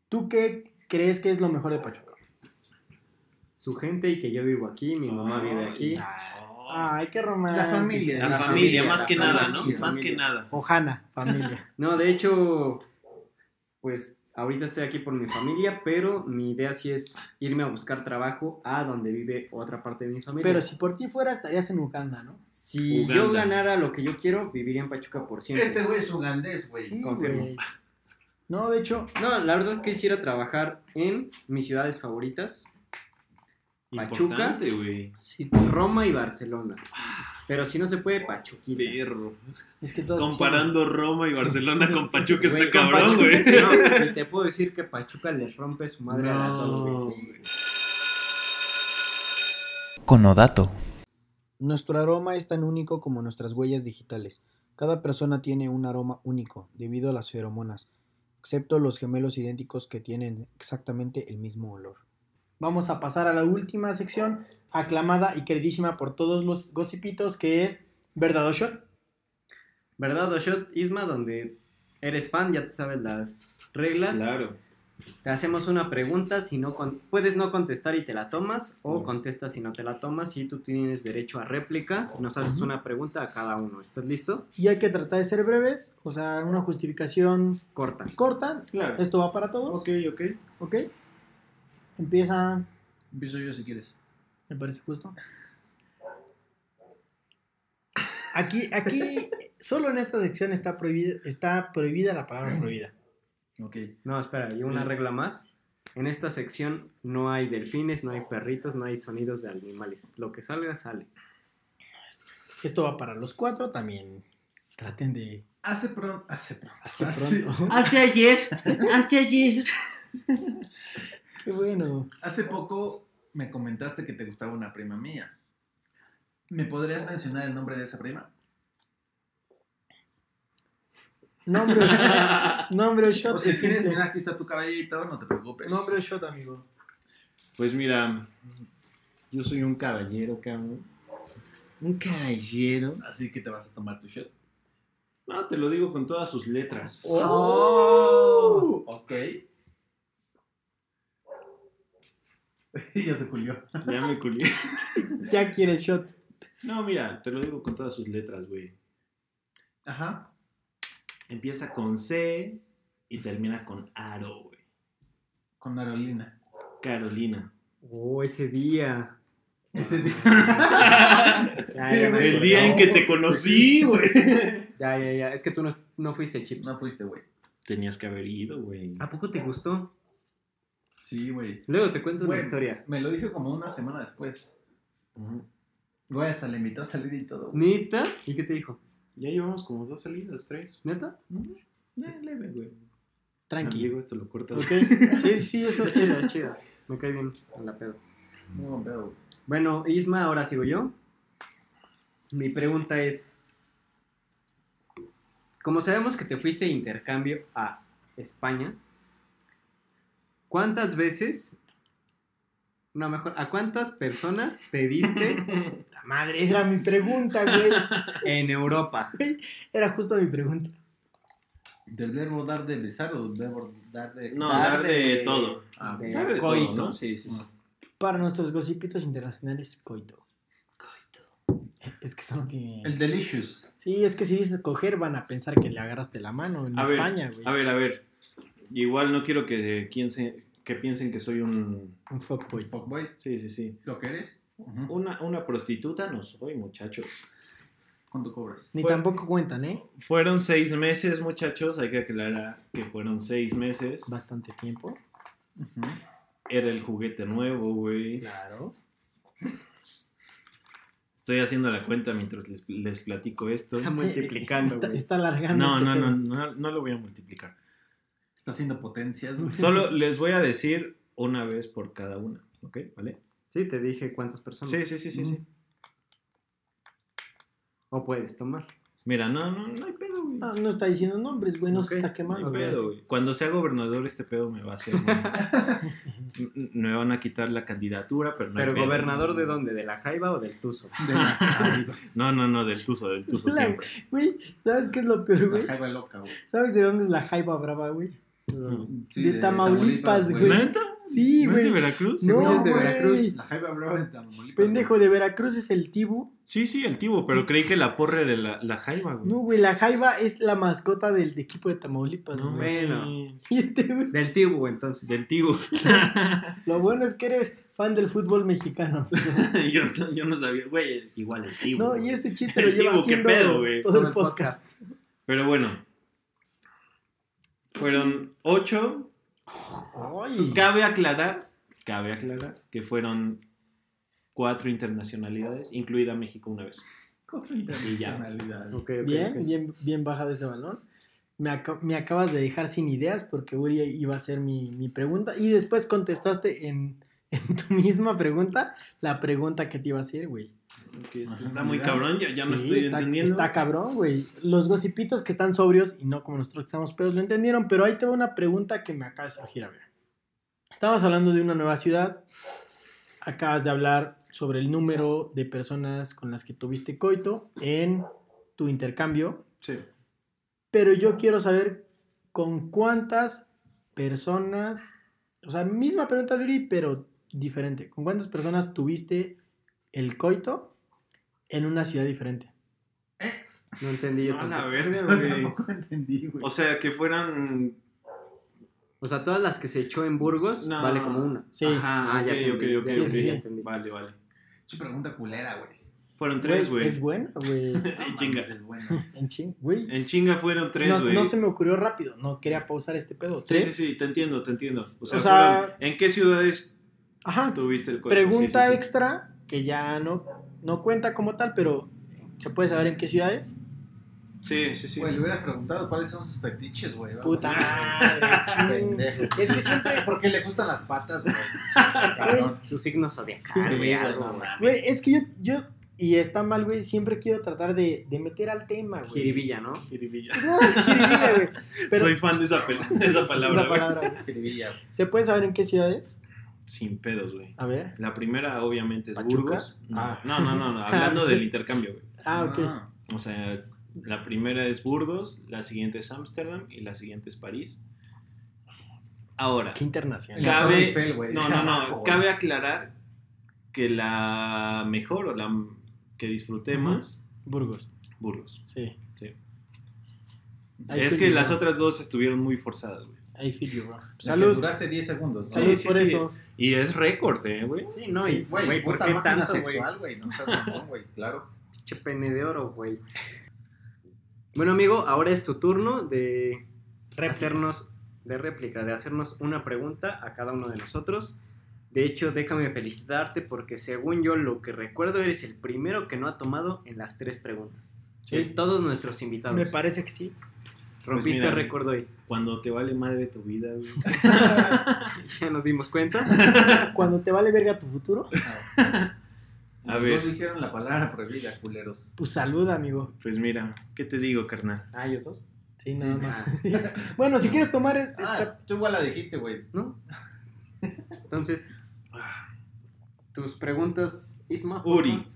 [SPEAKER 4] ¿tú qué crees que es lo mejor de Pachuca?
[SPEAKER 6] Su gente y que yo vivo aquí, mi mamá vive
[SPEAKER 4] Ah,
[SPEAKER 6] aquí.
[SPEAKER 4] Ay, qué romántico.
[SPEAKER 3] La familia.
[SPEAKER 5] Ah, La
[SPEAKER 6] La
[SPEAKER 5] familia,
[SPEAKER 6] familia,
[SPEAKER 5] más
[SPEAKER 6] la
[SPEAKER 5] que nada, ¿no?
[SPEAKER 6] familia,
[SPEAKER 5] Más
[SPEAKER 6] familia.
[SPEAKER 5] que nada.
[SPEAKER 4] Ojana, familia.
[SPEAKER 6] No, de hecho, pues ahorita estoy aquí por mi familia, pero mi idea sí es irme a buscar trabajo a donde vive otra parte de mi familia.
[SPEAKER 4] Pero si por ti fuera, estarías en Uganda, ¿no?
[SPEAKER 6] si
[SPEAKER 5] Uganda.
[SPEAKER 6] yo ganara lo que yo quiero, viviría en Pachuca por siempre.
[SPEAKER 3] Este güey es ugandés, güey.
[SPEAKER 4] Sí,
[SPEAKER 6] confirmo.
[SPEAKER 4] güey. No, de hecho,
[SPEAKER 6] No, la verdad quisiera trabajar en mis ciudades favoritas, Pachuca.
[SPEAKER 5] Importante, güey.
[SPEAKER 4] sí,
[SPEAKER 6] Roma y Barcelona. Pero si no se puede, Pachuquita.
[SPEAKER 5] Perro.
[SPEAKER 4] es que todos
[SPEAKER 5] Comparando Roma y Barcelona con Pachuca,
[SPEAKER 6] Güey,
[SPEAKER 5] está
[SPEAKER 6] con
[SPEAKER 5] cabrón,
[SPEAKER 6] Pachuca-
[SPEAKER 5] güey.
[SPEAKER 6] No, y te puedo decir que Pachuca les rompe su madre a las dos, güey.
[SPEAKER 7] Conodato.
[SPEAKER 2] Nuestro aroma es tan único como nuestras huellas digitales. Cada persona tiene un aroma único debido a las feromonas, excepto los gemelos idénticos que tienen exactamente el mismo olor.
[SPEAKER 4] Vamos a pasar a la última sección, aclamada y queridísima por todos los gossipitos, que es ¿Verdad o Shot?
[SPEAKER 6] ¿Verdad, Oshot? Isma, donde eres fan, ya te sabes las reglas.
[SPEAKER 5] Claro.
[SPEAKER 6] Te hacemos una pregunta, si no con- puedes no contestar y te la tomas, o contestas y no te la tomas, y tú tienes derecho a réplica. Nos haces una pregunta a cada uno. ¿Estás listo?
[SPEAKER 4] Y hay que tratar de ser breves, o sea, una justificación
[SPEAKER 6] Corta.
[SPEAKER 4] corta.
[SPEAKER 5] Claro.
[SPEAKER 4] Esto va para todos,
[SPEAKER 5] Ok, ok.
[SPEAKER 4] ¿ok? Empieza,
[SPEAKER 3] Empiezo yo si quieres.
[SPEAKER 4] me parece justo. Aquí, aquí, solo en esta sección está prohibida, está prohibida la palabra prohibida.
[SPEAKER 3] Ok.
[SPEAKER 6] No, espera, y una regla más. En esta sección no hay delfines, no hay perritos, no hay sonidos de animales. Lo que salga, sale.
[SPEAKER 4] Esto va para los cuatro también. Traten de.
[SPEAKER 3] Hace pronto. Hace pronto. Hace,
[SPEAKER 4] pronto.
[SPEAKER 8] Hace ayer, hace ayer.
[SPEAKER 4] Qué bueno.
[SPEAKER 3] hace poco me comentaste que te gustaba una prima mía. ¿Me podrías mencionar el nombre de esa prima?
[SPEAKER 4] Nombre o shot. Nombre o shot.
[SPEAKER 3] O si
[SPEAKER 4] es
[SPEAKER 3] quieres,
[SPEAKER 4] simple.
[SPEAKER 3] mira, aquí está tu caballito, no te preocupes.
[SPEAKER 4] Nombre o shot, amigo.
[SPEAKER 5] Pues mira, yo soy un caballero, cabrón.
[SPEAKER 8] Un caballero.
[SPEAKER 3] Así que te vas a tomar tu shot.
[SPEAKER 5] No, te lo digo con todas sus letras.
[SPEAKER 3] Oh, ok. ya se culió.
[SPEAKER 5] Ya me culié.
[SPEAKER 4] Ya quiere el shot.
[SPEAKER 5] No, mira, te lo digo con todas sus letras, güey.
[SPEAKER 3] Ajá.
[SPEAKER 5] Empieza con C y termina con Aro, güey.
[SPEAKER 3] Con Carolina.
[SPEAKER 5] Carolina.
[SPEAKER 6] Oh, ese día.
[SPEAKER 3] Ese día.
[SPEAKER 6] Ya, ya, me
[SPEAKER 5] El
[SPEAKER 6] acordé.
[SPEAKER 5] día en que te conocí, güey.
[SPEAKER 6] Ya, ya, ya. Es que tú no, no fuiste chips.
[SPEAKER 3] No fuiste, güey.
[SPEAKER 5] Tenías que haber ido, güey.
[SPEAKER 6] ¿A poco te gustó?
[SPEAKER 3] Sí, güey.
[SPEAKER 6] Luego te cuento
[SPEAKER 3] Güey,
[SPEAKER 6] una historia.
[SPEAKER 3] Me lo dijo como una semana después. Güey, hasta le invitó a salir y todo. güey.
[SPEAKER 6] ¿Nita? ¿Y qué te dijo?
[SPEAKER 5] Ya llevamos como dos salidas, tres.
[SPEAKER 6] ¿Neta?
[SPEAKER 5] Eh, leve, güey.
[SPEAKER 4] Tranqui.
[SPEAKER 5] Amigo, esto lo cortas.
[SPEAKER 4] Ok. Sí, sí, eso
[SPEAKER 6] Es chida, es chida. Me cae bien a la pedo.
[SPEAKER 3] No, pero.
[SPEAKER 6] Bueno, Isma, ahora sigo yo. Mi pregunta es, como sabemos que te fuiste de intercambio a España, ¿cuántas veces, no mejor, a cuántas personas te diste
[SPEAKER 4] La madre, era mi pregunta, güey.
[SPEAKER 6] en Europa?
[SPEAKER 4] Era justo mi pregunta.
[SPEAKER 3] ¿Del verbo dar de besar o del verbo dar de.?
[SPEAKER 5] No, dar de
[SPEAKER 6] Darle-
[SPEAKER 5] todo.
[SPEAKER 3] Ah,
[SPEAKER 6] de
[SPEAKER 5] Dar de
[SPEAKER 6] coito.
[SPEAKER 5] todo, ¿no? Sí, sí, sí.
[SPEAKER 4] Para nuestros gocipitos internacionales, coito. Coito. Es que eso no tiene.
[SPEAKER 3] El delicious.
[SPEAKER 4] Sí, es que si dices coger, van a pensar que le agarraste la mano en
[SPEAKER 5] A ver,
[SPEAKER 4] España, güey.
[SPEAKER 5] A ver, a ver. Igual no quiero que, piense- que piensen que soy un...
[SPEAKER 4] Un pues. fuckboy.
[SPEAKER 3] Fuckboy.
[SPEAKER 5] Sí, sí, sí.
[SPEAKER 3] ¿Lo que eres? Ujú.
[SPEAKER 5] Una, una prostituta no soy, muchachos.
[SPEAKER 3] ¿Cuánto cobras?
[SPEAKER 4] Ni
[SPEAKER 5] Fue-
[SPEAKER 4] tampoco cuentan, ¿eh?
[SPEAKER 5] Fueron seis meses, muchachos. Hay que aclarar que fueron seis meses.
[SPEAKER 4] Bastante tiempo.
[SPEAKER 3] Ujú.
[SPEAKER 5] Era el juguete nuevo, güey.
[SPEAKER 4] Claro.
[SPEAKER 5] Estoy haciendo la cuenta mientras les, les platico esto.
[SPEAKER 6] Está multiplicando,
[SPEAKER 4] Está,
[SPEAKER 6] güey.
[SPEAKER 4] está alargando.
[SPEAKER 5] No,
[SPEAKER 4] este
[SPEAKER 5] no, no,
[SPEAKER 4] pedo.
[SPEAKER 5] no, no lo voy a multiplicar.
[SPEAKER 3] Está haciendo potencias, güey.
[SPEAKER 5] Solo les voy a decir una vez por cada una, ¿ok? ¿Vale?
[SPEAKER 6] Sí, te dije cuántas personas.
[SPEAKER 5] Sí, sí, sí, sí, sí.
[SPEAKER 6] O puedes tomar.
[SPEAKER 5] Mira, no, no, no hay pedo, güey.
[SPEAKER 4] No, no está diciendo nombres, güey. No
[SPEAKER 6] Ok,
[SPEAKER 4] se está
[SPEAKER 5] No hay
[SPEAKER 4] quemando,
[SPEAKER 5] pedo,
[SPEAKER 4] güey.
[SPEAKER 5] güey. Cuando sea gobernador este pedo me va a hacer... muy- M- me van a quitar la candidatura, pero no hay
[SPEAKER 6] Pero
[SPEAKER 5] pedo.
[SPEAKER 6] gobernador de dónde, de la Jaiba o del Tuzo.
[SPEAKER 3] De la,
[SPEAKER 5] No, no, no, del Tuzo, del Tuzo
[SPEAKER 4] La-
[SPEAKER 5] siempre.
[SPEAKER 4] Güey, ¿sabes qué es lo peor,
[SPEAKER 3] la
[SPEAKER 4] güey?
[SPEAKER 3] jaiba loca, güey.
[SPEAKER 4] ¿Sabes de dónde es la jaiba brava, güey?
[SPEAKER 3] Sí,
[SPEAKER 4] de Tamaulipas, güey.
[SPEAKER 5] ¿Neta?
[SPEAKER 4] Sí,
[SPEAKER 5] ¿No es de
[SPEAKER 4] güey.
[SPEAKER 5] Veracruz?
[SPEAKER 4] No,
[SPEAKER 6] Según es de
[SPEAKER 4] güey.
[SPEAKER 6] Veracruz.
[SPEAKER 3] La jaiba brava de Tamaulipas.
[SPEAKER 4] Pendejo, de Veracruz es el tibu.
[SPEAKER 5] Sí, sí, el tibo, pero creí que la porra era la, la jaiba, güey.
[SPEAKER 4] No, güey, la jaiba es la mascota del equipo de Tamaulipas,
[SPEAKER 5] No,
[SPEAKER 4] güey.
[SPEAKER 6] Bueno.
[SPEAKER 4] Y este, güey.
[SPEAKER 6] Del Tibu, entonces.
[SPEAKER 5] Del tibo.
[SPEAKER 4] Lo bueno es que eres fan del fútbol mexicano.
[SPEAKER 5] yo, no- yo no sabía, güey, igual el tibo.
[SPEAKER 4] No, y ese chiste lo
[SPEAKER 5] El
[SPEAKER 4] lleva
[SPEAKER 5] tibu, qué
[SPEAKER 4] haciendo
[SPEAKER 5] pedo, güey.
[SPEAKER 4] todo el podcast.
[SPEAKER 5] Pero bueno.
[SPEAKER 4] Pues
[SPEAKER 5] Fueron ocho.
[SPEAKER 4] Ay.
[SPEAKER 5] Cabe aclarar, cabe aclarar que fueron cuatro internacionalidades, incluida México una vez.
[SPEAKER 3] Contra internacionalidad.
[SPEAKER 6] Ok, ok,
[SPEAKER 4] Bien,
[SPEAKER 6] ok.
[SPEAKER 4] bien, bien bajado ese balón. Me, aca- me acabas de dejar sin ideas porque Uri iba a ser mi, mi pregunta y después contestaste en, en tu misma pregunta la pregunta que te iba a hacer, güey.
[SPEAKER 5] Que esto está muy cabrón, ya, ya no
[SPEAKER 4] Sí,
[SPEAKER 5] estoy
[SPEAKER 4] está,
[SPEAKER 5] entendiendo.
[SPEAKER 4] Está cabrón, güey. Los gocipitos que están sobrios y no como nosotros que estamos pedos lo entendieron, pero ahí te va una pregunta que me acaba de surgir, a ver. Estabas hablando de una nueva ciudad. Acabas de hablar sobre el número de personas con las que tuviste coito en tu intercambio.
[SPEAKER 5] Sí.
[SPEAKER 4] Pero yo quiero saber con cuántas personas, o sea, misma pregunta de Uri, pero diferente. ¿Con cuántas personas tuviste el coito en una ciudad diferente?
[SPEAKER 6] No entendí yo
[SPEAKER 5] No, la
[SPEAKER 6] tampoco.
[SPEAKER 5] verga, güey.
[SPEAKER 3] Tampoco entendí, güey.
[SPEAKER 5] O sea, que fueran...
[SPEAKER 6] O sea, todas las que se echó en Burgos
[SPEAKER 5] No.
[SPEAKER 6] vale como una.
[SPEAKER 4] Sí.
[SPEAKER 5] Ajá,
[SPEAKER 6] Ah, ya
[SPEAKER 5] ok,
[SPEAKER 6] entendí,
[SPEAKER 5] ok, ok,
[SPEAKER 6] ya
[SPEAKER 5] ok.
[SPEAKER 4] entendí, ya
[SPEAKER 6] entendí.
[SPEAKER 5] Vale, vale.
[SPEAKER 3] Su pregunta culera, güey.
[SPEAKER 5] Fueron tres, güey.
[SPEAKER 4] Es buena, güey.
[SPEAKER 5] Sí, chinga.
[SPEAKER 3] es bueno.
[SPEAKER 4] En ching, güey.
[SPEAKER 5] En chinga fueron tres,
[SPEAKER 4] No,
[SPEAKER 5] güey.
[SPEAKER 4] no se me ocurrió rápido. No quería pausar este pedo.
[SPEAKER 5] Sí,
[SPEAKER 4] ¿Tres?
[SPEAKER 5] sí, sí, te entiendo, te entiendo. O sea,
[SPEAKER 4] O sea-
[SPEAKER 5] fueron- ¿en qué ciudades
[SPEAKER 4] Ajá.
[SPEAKER 5] tuviste el cuerpo?
[SPEAKER 4] Pregunta
[SPEAKER 5] Sí, sí, sí.
[SPEAKER 4] extra, que ya no, no cuenta como tal, pero se puede saber en qué ciudades.
[SPEAKER 5] Sí, sí, sí.
[SPEAKER 9] Güey, le hubieras preguntado cuáles son sus fetiches, güey. vamos.
[SPEAKER 4] Puta madre, ching.
[SPEAKER 9] Pendejo. Es que siempre, porque le gustan las patas, güey? Cabrón.
[SPEAKER 6] Su signo zodiacal.
[SPEAKER 9] Sí,
[SPEAKER 6] güey,
[SPEAKER 9] güey,
[SPEAKER 6] algo,
[SPEAKER 9] no
[SPEAKER 6] güey.
[SPEAKER 9] mames.
[SPEAKER 4] Güey, es que yo, yo, y está mal, güey, siempre quiero tratar de, de meter al tema, güey.
[SPEAKER 6] Jiribilla, ¿no?
[SPEAKER 5] Jiribilla.
[SPEAKER 4] Pues no, jiribilla, güey. Pero-
[SPEAKER 5] Soy fan de esa, pel- de esa palabra,
[SPEAKER 4] Esa
[SPEAKER 5] güey.
[SPEAKER 4] palabra, güey.
[SPEAKER 9] Escribía, güey.
[SPEAKER 4] ¿Se puede saber en qué ciudades?
[SPEAKER 5] Sin pedos, güey.
[SPEAKER 4] A ver.
[SPEAKER 5] La primera, obviamente, es
[SPEAKER 4] ¿Pachuca?
[SPEAKER 5] Burgos. No,
[SPEAKER 4] Ah.
[SPEAKER 5] no, no, no, no, hablando del intercambio, güey.
[SPEAKER 4] Ah, ok.
[SPEAKER 3] Ah,
[SPEAKER 5] O sea, la primera es Burgos, la siguiente es Ámsterdam y la siguiente es París. Ahora,
[SPEAKER 4] Qué internacional.
[SPEAKER 9] En la Torre
[SPEAKER 5] Cabe-
[SPEAKER 9] Eiffel, güey.
[SPEAKER 5] no, no,
[SPEAKER 9] Abajo,
[SPEAKER 5] no,
[SPEAKER 9] güey.
[SPEAKER 5] cabe aclarar que la mejor o la que disfruté
[SPEAKER 4] Ujú.
[SPEAKER 5] más,
[SPEAKER 4] Burgos,
[SPEAKER 5] Burgos.
[SPEAKER 4] sí.
[SPEAKER 5] Sí.
[SPEAKER 4] I
[SPEAKER 5] es
[SPEAKER 4] feel
[SPEAKER 5] que
[SPEAKER 4] you,
[SPEAKER 5] las
[SPEAKER 4] bro.
[SPEAKER 5] otras dos estuvieron muy forzadas, güey.
[SPEAKER 4] I feel you, bro.
[SPEAKER 9] La que
[SPEAKER 4] Salud.
[SPEAKER 9] Duraste 10 segundos. ¿no?
[SPEAKER 4] Salud
[SPEAKER 5] Sí, sí,
[SPEAKER 4] por
[SPEAKER 5] sí.
[SPEAKER 4] eso.
[SPEAKER 5] Y es récord, ¿eh, güey?
[SPEAKER 6] Sí, no,
[SPEAKER 4] Sí,
[SPEAKER 6] y güey, ¿por
[SPEAKER 9] puta
[SPEAKER 6] qué
[SPEAKER 9] máquina
[SPEAKER 6] tanto, güey?
[SPEAKER 9] sexual, güey? No seas mamón, güey, claro.
[SPEAKER 6] Pinche pene de oro, güey. Bueno, amigo, ahora es tu turno de hacernos de réplica, de hacernos una pregunta a cada uno de nosotros. De hecho, déjame felicitarte porque según yo lo que recuerdo eres el primero que no ha tomado en las tres preguntas. De todos nuestros invitados.
[SPEAKER 4] Me parece que sí.
[SPEAKER 6] Rompiste
[SPEAKER 5] Pues mira.
[SPEAKER 6] récord hoy.
[SPEAKER 5] Cuando te vale madre tu vida, güey.
[SPEAKER 6] Ya nos dimos cuenta.
[SPEAKER 4] Cuando te vale verga tu futuro,
[SPEAKER 5] A
[SPEAKER 9] Los
[SPEAKER 5] ver.
[SPEAKER 9] dos dijeron la palabra prohibida, culeros.
[SPEAKER 4] pues salud, amigo.
[SPEAKER 5] Pues mira, ¿qué te digo, carnal?
[SPEAKER 6] Ah, ellos dos.
[SPEAKER 4] Sí, nada
[SPEAKER 6] Ah,
[SPEAKER 4] más. bueno, si quieres tomar esta-
[SPEAKER 9] Ah, tú igual la dijiste, güey.
[SPEAKER 6] ¿No? Entonces, ah, tus preguntas, Isma. por
[SPEAKER 5] Uri.
[SPEAKER 6] favor.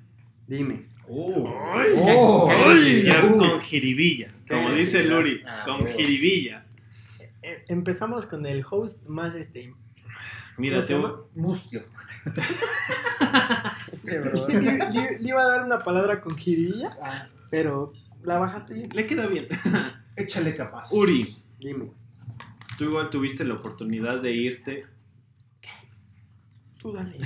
[SPEAKER 6] Dime.
[SPEAKER 9] ¡Oh!
[SPEAKER 6] Oh.
[SPEAKER 5] Ay, ya
[SPEAKER 6] Uh.
[SPEAKER 5] con jiribilla, como
[SPEAKER 6] Qué
[SPEAKER 5] dice
[SPEAKER 9] necesidad.
[SPEAKER 5] Luri,
[SPEAKER 9] Ah,
[SPEAKER 5] con
[SPEAKER 9] huevo.
[SPEAKER 5] jiribilla.
[SPEAKER 4] eh, empezamos con el host más este.
[SPEAKER 5] Mira,
[SPEAKER 4] ¿Cómo se
[SPEAKER 5] te-
[SPEAKER 4] llama?
[SPEAKER 9] Mustio.
[SPEAKER 4] le, le- le iba a dar una palabra con jirilla, pero la bajaste bien.
[SPEAKER 5] le queda bien.
[SPEAKER 9] Échale capaz.
[SPEAKER 5] Uri,
[SPEAKER 6] Dime.
[SPEAKER 5] tú igual tuviste la oportunidad de irte.
[SPEAKER 4] Tú dale.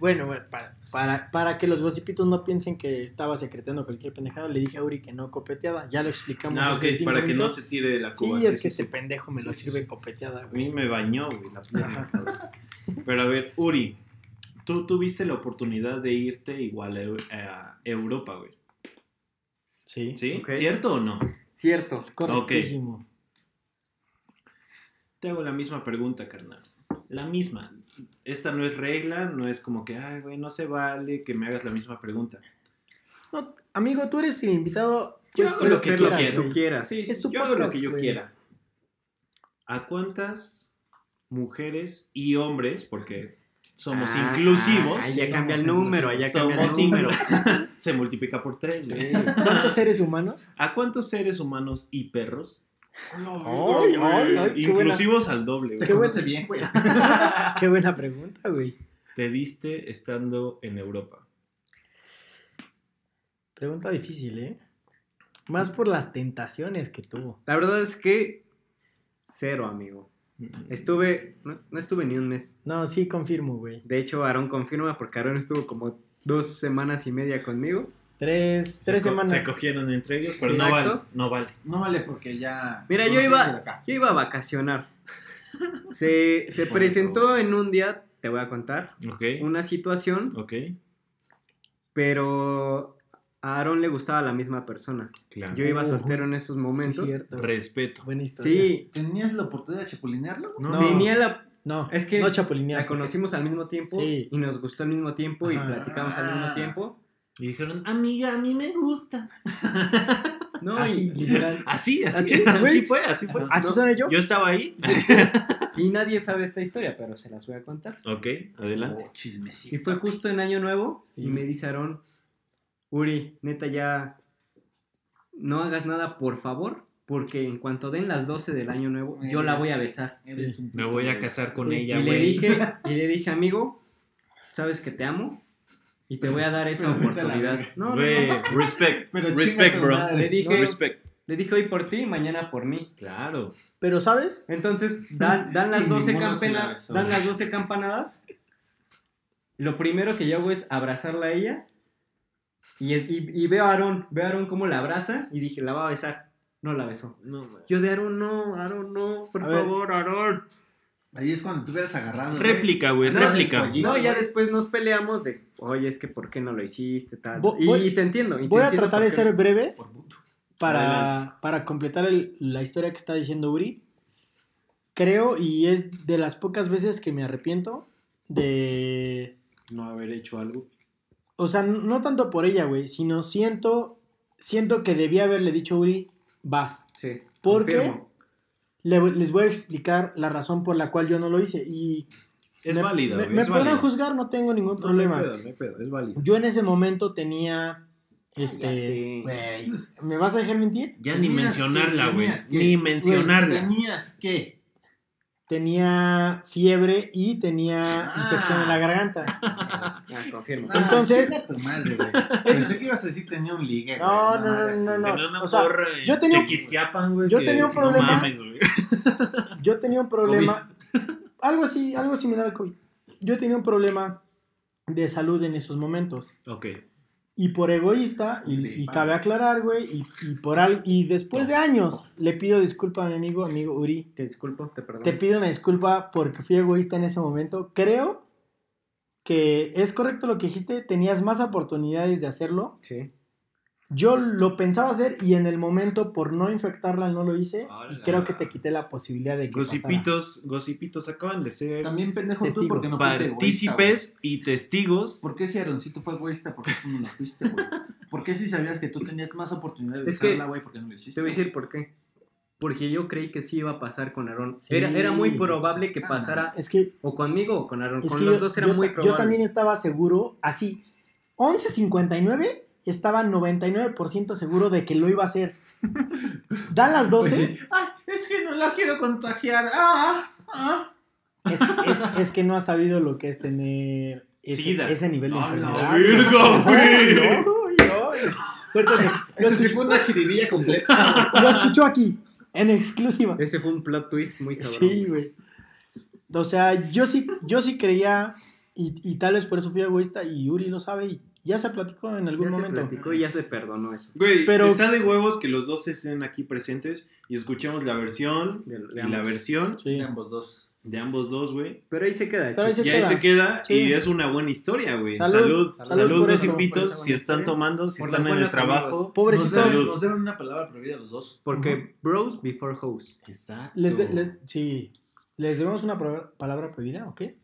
[SPEAKER 4] bueno, bueno, para, para, para que los gossipitos no piensen que estaba secretando cualquier pendejada, le dije a Uri que no copeteada. Ya lo explicamos.
[SPEAKER 5] Ah,
[SPEAKER 4] hace
[SPEAKER 5] ok,
[SPEAKER 4] cinco
[SPEAKER 5] para que no
[SPEAKER 4] minutos.
[SPEAKER 5] se tire la
[SPEAKER 4] Sí,
[SPEAKER 5] cuba.
[SPEAKER 4] es que
[SPEAKER 5] sí.
[SPEAKER 4] este pendejo me lo
[SPEAKER 5] Sí, sí,
[SPEAKER 4] sirve
[SPEAKER 5] sí.
[SPEAKER 4] copeteada,
[SPEAKER 5] A
[SPEAKER 4] güey.
[SPEAKER 5] mí me bañó, güey, la pluma, cabrón. Pero a ver, Uri, tú tuviste la oportunidad de irte igual a Eu- a Europa, güey.
[SPEAKER 4] Sí,
[SPEAKER 5] ¿Sí?
[SPEAKER 6] Ok.
[SPEAKER 5] ¿Cierto o no?
[SPEAKER 6] Cierto.
[SPEAKER 4] correctísimo.
[SPEAKER 5] Te hago la misma pregunta, carnal. La misma. Esta no es regla, no es como que, ay, güey, no se vale que me hagas la misma pregunta.
[SPEAKER 4] No, amigo, tú eres el invitado.
[SPEAKER 5] hago
[SPEAKER 4] puedes
[SPEAKER 5] lo que
[SPEAKER 4] hacer
[SPEAKER 5] yo
[SPEAKER 4] quieras,
[SPEAKER 5] quiera.
[SPEAKER 6] tú
[SPEAKER 4] güey.
[SPEAKER 6] quieras.
[SPEAKER 5] Sí,
[SPEAKER 4] Es
[SPEAKER 5] sí,
[SPEAKER 4] tu
[SPEAKER 5] yo hago lo
[SPEAKER 4] podcast,
[SPEAKER 5] que yo
[SPEAKER 4] güey.
[SPEAKER 5] quiera. ¿A cuántas mujeres y hombres, porque somos
[SPEAKER 6] Ah,
[SPEAKER 5] inclusivos,
[SPEAKER 6] Allá cambia el
[SPEAKER 4] Somos
[SPEAKER 6] número, allá cambia el
[SPEAKER 5] somos
[SPEAKER 6] número.
[SPEAKER 5] inclu- se multiplica por tres, güey.
[SPEAKER 4] ¿Cuántos seres humanos?
[SPEAKER 5] ¿A cuántos seres humanos y perros?
[SPEAKER 4] Ay, ay, ay, qué buena,
[SPEAKER 5] inclusivos al doble,
[SPEAKER 9] Te
[SPEAKER 5] güey.
[SPEAKER 4] Qué bueno.
[SPEAKER 9] conoce bien, güey.
[SPEAKER 4] qué buena pregunta, güey.
[SPEAKER 5] Te diste estando en Europa.
[SPEAKER 4] Pregunta difícil, ¿eh? Más por las tentaciones que tuvo.
[SPEAKER 6] La verdad es que cero, amigo.
[SPEAKER 5] Mm.
[SPEAKER 6] Estuve, no, no estuve ni un mes.
[SPEAKER 4] No, sí, confirmo, güey.
[SPEAKER 6] De hecho, Aarón confirma porque Aarón estuvo como dos semanas y media conmigo.
[SPEAKER 4] Tres,
[SPEAKER 5] Se
[SPEAKER 4] tres
[SPEAKER 5] co-
[SPEAKER 4] semanas.
[SPEAKER 5] Se cogieron entre ellos, pero
[SPEAKER 6] Sí,
[SPEAKER 5] no
[SPEAKER 6] exacto.
[SPEAKER 5] vale, no vale.
[SPEAKER 9] No vale porque ya.
[SPEAKER 6] Mira,
[SPEAKER 9] no
[SPEAKER 6] yo
[SPEAKER 9] sé
[SPEAKER 6] iba-
[SPEAKER 9] de acá.
[SPEAKER 6] Yo iba a vacacionar. Se, se
[SPEAKER 5] Bonito.
[SPEAKER 6] presentó en un día, te voy a contar,
[SPEAKER 5] Ok,
[SPEAKER 6] una situación,
[SPEAKER 5] ok.
[SPEAKER 6] pero a Aarón le gustaba la misma persona.
[SPEAKER 5] Claro.
[SPEAKER 6] Yo iba soltero en esos
[SPEAKER 4] Sí,
[SPEAKER 6] momentos.
[SPEAKER 4] cierto.
[SPEAKER 5] Respeto.
[SPEAKER 4] Buena historia.
[SPEAKER 6] Sí,
[SPEAKER 9] ¿Tenías la oportunidad de chapulinearlo?
[SPEAKER 4] No,
[SPEAKER 6] tenía la
[SPEAKER 4] no,
[SPEAKER 6] es que
[SPEAKER 4] no chapulinear.
[SPEAKER 6] La conocimos al mismo tiempo
[SPEAKER 4] Sí.
[SPEAKER 6] y nos gustó al mismo tiempo y
[SPEAKER 4] Ajá.
[SPEAKER 6] platicamos al mismo tiempo.
[SPEAKER 5] Y dijeron, "Ah,
[SPEAKER 8] Amiga, a mí me gusta.
[SPEAKER 6] No,
[SPEAKER 4] Así, literal.
[SPEAKER 5] así, así,
[SPEAKER 4] Así,
[SPEAKER 5] así,
[SPEAKER 4] güey.
[SPEAKER 5] fue, así fue.
[SPEAKER 4] ¿Así
[SPEAKER 6] No.
[SPEAKER 4] soné yo?
[SPEAKER 5] Yo estaba ahí.
[SPEAKER 6] y, y nadie sabe esta historia, pero se las voy a contar.
[SPEAKER 5] Ok, adelante.
[SPEAKER 6] Y fue justo en Año Nuevo
[SPEAKER 4] Sí.
[SPEAKER 6] y me dice Aarón, Uri, neta ya no hagas nada, por favor, porque en cuanto den las 12 del Año Nuevo, yo la voy
[SPEAKER 4] Pues,
[SPEAKER 6] a besar.
[SPEAKER 9] Eres un
[SPEAKER 5] Me voy a casar con
[SPEAKER 6] Sí,
[SPEAKER 5] ella,
[SPEAKER 6] y
[SPEAKER 5] güey.
[SPEAKER 6] le dije, y le dije, amigo, sabes que te amo y te voy a dar esa
[SPEAKER 9] Pero vete a la
[SPEAKER 6] oportunidad. No, no,
[SPEAKER 5] Güey,
[SPEAKER 6] no.
[SPEAKER 5] respect.
[SPEAKER 9] Pero
[SPEAKER 5] respect,
[SPEAKER 9] chinga tu
[SPEAKER 5] bro.
[SPEAKER 6] Le
[SPEAKER 9] madre.
[SPEAKER 6] dije,
[SPEAKER 5] Respect.
[SPEAKER 6] le dije hoy por ti y mañana por mí.
[SPEAKER 5] Claro.
[SPEAKER 4] Pero, ¿sabes?
[SPEAKER 6] Entonces dan, dan las
[SPEAKER 9] Y
[SPEAKER 6] 12
[SPEAKER 9] ninguno se la
[SPEAKER 6] campana-
[SPEAKER 9] besó.
[SPEAKER 6] dan las 12 campanadas. Lo primero que yo hago es abrazarla a ella Y, el- y- y veo a Aaron, veo a Aaron cómo la abraza y dije, la va a besar. No la besó.
[SPEAKER 5] No, man.
[SPEAKER 6] Yo de Aaron, no, Aaron, no, por
[SPEAKER 2] A ver.
[SPEAKER 6] favor, Aaron.
[SPEAKER 9] Ahí es cuando tú hubieras agarrado. güey.
[SPEAKER 5] Réplica, güey,
[SPEAKER 9] No, del
[SPEAKER 5] Pues réplica.
[SPEAKER 9] pollito,
[SPEAKER 6] No, ya
[SPEAKER 9] güey.
[SPEAKER 6] después nos peleamos de, oye, es que por qué no lo hiciste, tal.
[SPEAKER 4] Vo-
[SPEAKER 6] y,
[SPEAKER 4] voy-
[SPEAKER 6] te entiendo. y te
[SPEAKER 4] Voy a
[SPEAKER 6] entiendo
[SPEAKER 4] tratar de
[SPEAKER 6] por qué.
[SPEAKER 4] ser breve
[SPEAKER 9] Por puto.
[SPEAKER 4] para, para completar el- la historia que está diciendo Uri. Creo, y es de las pocas veces que me arrepiento de...
[SPEAKER 5] No haber hecho algo.
[SPEAKER 4] O sea, no tanto por ella, güey, sino siento, siento que debía haberle dicho a Uri, vas.
[SPEAKER 6] Sí.
[SPEAKER 4] Porque
[SPEAKER 6] confirmo.
[SPEAKER 4] le- les voy a explicar la razón por la cual yo no lo hice. Y
[SPEAKER 5] Es
[SPEAKER 4] me,
[SPEAKER 5] válida,
[SPEAKER 4] me-
[SPEAKER 5] güey.
[SPEAKER 4] me
[SPEAKER 5] es
[SPEAKER 4] podrán
[SPEAKER 5] válida.
[SPEAKER 4] juzgar, no tengo ningún
[SPEAKER 5] No, no hay
[SPEAKER 4] problema.
[SPEAKER 5] pedo, no hay pedo, es válida.
[SPEAKER 4] Yo en ese momento tenía. Este. güey, ¿Me vas a dejar mentir?
[SPEAKER 5] Ya ni
[SPEAKER 9] Tenías
[SPEAKER 5] mencionarla,
[SPEAKER 9] que-
[SPEAKER 5] güey.
[SPEAKER 9] tenías que-
[SPEAKER 5] Ni mencionarla.
[SPEAKER 9] Tenías que.
[SPEAKER 4] Tenía fiebre y tenía
[SPEAKER 9] Ah.
[SPEAKER 4] infección en la garganta.
[SPEAKER 6] Ah, confirmo.
[SPEAKER 9] Ah,
[SPEAKER 4] Entonces-
[SPEAKER 9] chinga tu madre, güey. Pensé que ibas a decir tenía un ligue, güey.
[SPEAKER 4] No,
[SPEAKER 9] una
[SPEAKER 4] no,
[SPEAKER 9] madre
[SPEAKER 4] no,
[SPEAKER 9] así,
[SPEAKER 4] no,
[SPEAKER 9] güey.
[SPEAKER 4] no.
[SPEAKER 5] Tenían una
[SPEAKER 4] o sea,
[SPEAKER 5] morra en
[SPEAKER 4] yo tenía un-
[SPEAKER 5] Tequisquiapan, güey,
[SPEAKER 4] yo
[SPEAKER 5] que-
[SPEAKER 4] tenía un
[SPEAKER 5] que
[SPEAKER 4] problema.
[SPEAKER 5] No mames, güey.
[SPEAKER 4] Yo tenía un problema. Algo así, algo similar al COVID. Yo tenía un problema de salud en esos momentos.
[SPEAKER 5] Ok.
[SPEAKER 4] Y por egoísta, y, y cabe aclarar, güey, y, y por al- y después de años, le pido disculpa a mi amigo, amigo Uri,
[SPEAKER 6] Te disculpo, te perdono.
[SPEAKER 4] Te pido una disculpa porque fui egoísta en ese momento. Creo que es correcto lo que dijiste. Tenías más oportunidades de hacerlo.
[SPEAKER 6] Sí.
[SPEAKER 4] Yo lo pensaba hacer y en el momento, por no infectarla, no lo hice. Y
[SPEAKER 5] Hola.
[SPEAKER 4] creo que te quité la posibilidad de que
[SPEAKER 5] Pues
[SPEAKER 4] pasara.
[SPEAKER 5] Gosipitos, gosipitos acaban de ser
[SPEAKER 9] También pendejo tú
[SPEAKER 4] Testigos.
[SPEAKER 9] porque no fuiste egoísta, güey.
[SPEAKER 5] partícipes y testigos.
[SPEAKER 9] ¿Por qué si Aaroncito fue egoísta? ¿Por qué tú no lo fuiste, güey? ¿Por qué si sabías que tú tenías más oportunidad de
[SPEAKER 6] Es que-
[SPEAKER 9] besarla, güey? ¿Por qué no lo hiciste?
[SPEAKER 6] Te voy a
[SPEAKER 9] güey?
[SPEAKER 6] decir por qué. Porque yo creí que sí iba a pasar con Aaron.
[SPEAKER 4] Sí.
[SPEAKER 6] Era, era muy probable que
[SPEAKER 9] Ah,
[SPEAKER 6] pasara
[SPEAKER 4] Es que,
[SPEAKER 6] o conmigo o con Aaron.
[SPEAKER 4] es
[SPEAKER 6] con
[SPEAKER 4] que
[SPEAKER 6] los
[SPEAKER 4] yo,
[SPEAKER 6] dos era
[SPEAKER 4] yo-
[SPEAKER 6] muy
[SPEAKER 4] yo
[SPEAKER 6] probable.
[SPEAKER 4] también estaba seguro, así. 11.59 estaba 99% seguro de que lo iba a hacer. Dan las 12.
[SPEAKER 9] Pues Ay, es que no la quiero contagiar. Ah, ah.
[SPEAKER 4] Es, es- es que no has sabido lo que es tener
[SPEAKER 5] Sida.
[SPEAKER 4] ese, ese nivel de
[SPEAKER 9] ¡A la
[SPEAKER 4] enfermedad.
[SPEAKER 5] verga, güey!
[SPEAKER 4] Ay, ay, ay. Fuerte, lo,
[SPEAKER 9] Eso sí
[SPEAKER 4] escuchó
[SPEAKER 9] fue una jiribilla completa.
[SPEAKER 4] aquí, en exclusiva.
[SPEAKER 6] Ese fue un plot twist muy cabrón.
[SPEAKER 4] Sí, güey. O sea, yo sí, yo sí creía, y, y tal vez por eso fui egoísta, y Yuri lo sabe, y ya se platicó en algún
[SPEAKER 6] Ya se
[SPEAKER 4] momento.
[SPEAKER 6] platicó y ya se perdonó eso.
[SPEAKER 5] Güey,
[SPEAKER 4] Pero-
[SPEAKER 5] está de huevos que los dos estén aquí presentes y escuchemos la versión
[SPEAKER 6] De- de
[SPEAKER 5] y la
[SPEAKER 6] ambos.
[SPEAKER 5] versión
[SPEAKER 4] Sí.
[SPEAKER 9] De ambos dos.
[SPEAKER 5] de ambos dos, güey.
[SPEAKER 6] Pero ahí se queda.
[SPEAKER 4] Pero ahí
[SPEAKER 6] chicos.
[SPEAKER 4] se
[SPEAKER 5] Y ahí
[SPEAKER 4] queda.
[SPEAKER 5] se queda
[SPEAKER 4] Sí.
[SPEAKER 5] y es una buena historia, güey.
[SPEAKER 4] Salud,
[SPEAKER 5] Salud,
[SPEAKER 4] salud
[SPEAKER 5] salud,
[SPEAKER 4] por eso,
[SPEAKER 6] por
[SPEAKER 5] gosipitos,
[SPEAKER 6] esa
[SPEAKER 5] si
[SPEAKER 6] buena
[SPEAKER 5] están
[SPEAKER 6] historia.
[SPEAKER 5] tomando, si
[SPEAKER 6] Por
[SPEAKER 5] están
[SPEAKER 6] los
[SPEAKER 5] en el
[SPEAKER 6] buenos
[SPEAKER 5] trabajo.
[SPEAKER 6] amigos.
[SPEAKER 9] Nos
[SPEAKER 4] Pobrecitos.
[SPEAKER 9] deben,
[SPEAKER 5] Salud.
[SPEAKER 9] nos deben una palabra prohibida los dos.
[SPEAKER 6] Porque bros before hoes.
[SPEAKER 5] Exacto.
[SPEAKER 4] Les de- les- sí. ¿Les debemos una pro- palabra prohibida o qué?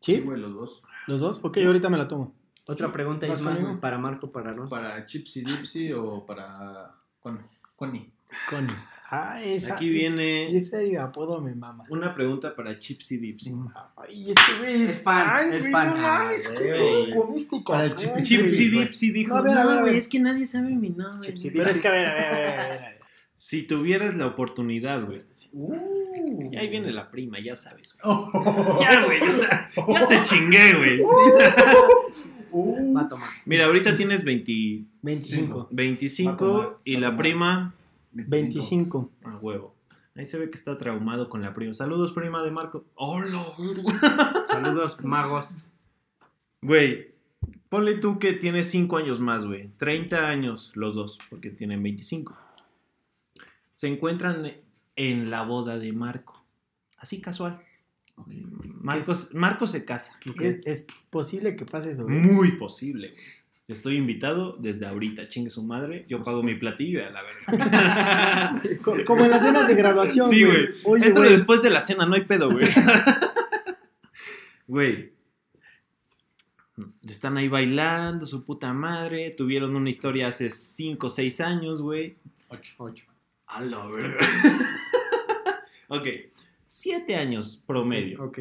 [SPEAKER 9] Sí,
[SPEAKER 4] ¿Sí?
[SPEAKER 9] güey, los dos.
[SPEAKER 4] ¿Los dos? Ok, ahorita me la tomo.
[SPEAKER 6] Otra pregunta
[SPEAKER 4] ¿Vas
[SPEAKER 6] Isma,
[SPEAKER 4] conmigo?
[SPEAKER 6] güey, para Marco, para Aaron.
[SPEAKER 9] ¿Para Chipsy Dipsy o para Con- Connie?
[SPEAKER 4] Con... Ah, esa-
[SPEAKER 5] Aquí
[SPEAKER 4] es-
[SPEAKER 5] viene
[SPEAKER 4] Ese apodo me mama.
[SPEAKER 5] una pregunta para Chipsy Dipsy.
[SPEAKER 4] Ay, este güey es,
[SPEAKER 6] Es fan,
[SPEAKER 4] fan,
[SPEAKER 6] es
[SPEAKER 4] güey,
[SPEAKER 6] fan.
[SPEAKER 4] no mames,
[SPEAKER 5] Ah,
[SPEAKER 4] güey,
[SPEAKER 5] güey.
[SPEAKER 4] comiste con-
[SPEAKER 9] Para el chip-
[SPEAKER 4] Ay,
[SPEAKER 5] Chipsy
[SPEAKER 4] güey.
[SPEAKER 5] Dipsy dijo,
[SPEAKER 4] No, a ver, a ver, a
[SPEAKER 8] No, güey,
[SPEAKER 4] ver.
[SPEAKER 8] es que nadie sabe mi nombre.
[SPEAKER 4] Chipsy, Pero es que a ver, a ver, a ver, a ver, a ver.
[SPEAKER 5] si tuvieras la oportunidad, güey.
[SPEAKER 9] Uh.
[SPEAKER 5] Y ahí viene la prima, ya sabes. güey.
[SPEAKER 9] Oh.
[SPEAKER 5] Ya, güey, o sea, ya te chingué, güey.
[SPEAKER 4] Uh.
[SPEAKER 6] Va a tomar.
[SPEAKER 5] Mira, ahorita tienes 20
[SPEAKER 4] 25.
[SPEAKER 5] 25 y la prima
[SPEAKER 4] 25.
[SPEAKER 5] a huevo. Ahí se ve que está traumado con la prima. Saludos, prima de Marco. ¡Hola! verga!
[SPEAKER 6] Saludos, magos.
[SPEAKER 5] Güey, ponle tú que tienes 5 años más, güey. 30 años los dos, porque tienen 25. Se encuentran en la boda de Marco. Así casual. Marcos, Marco se casa.
[SPEAKER 4] Es, es posible que pase eso. güey.
[SPEAKER 5] Muy posible, güey. Estoy invitado desde ahorita, chingue su madre. Yo pago mi platillo y a la verga.
[SPEAKER 4] Co- Como en las cenas de graduación.
[SPEAKER 5] Sí,
[SPEAKER 4] güey. Oye,
[SPEAKER 5] Entro
[SPEAKER 4] güey,
[SPEAKER 5] después de la cena, no hay pedo, güey. Güey. Están ahí bailando, su puta madre. Tuvieron una historia hace 5 o 6 años, güey.
[SPEAKER 9] 8.
[SPEAKER 5] A la verga. ok. 7 años promedio.
[SPEAKER 6] Ok.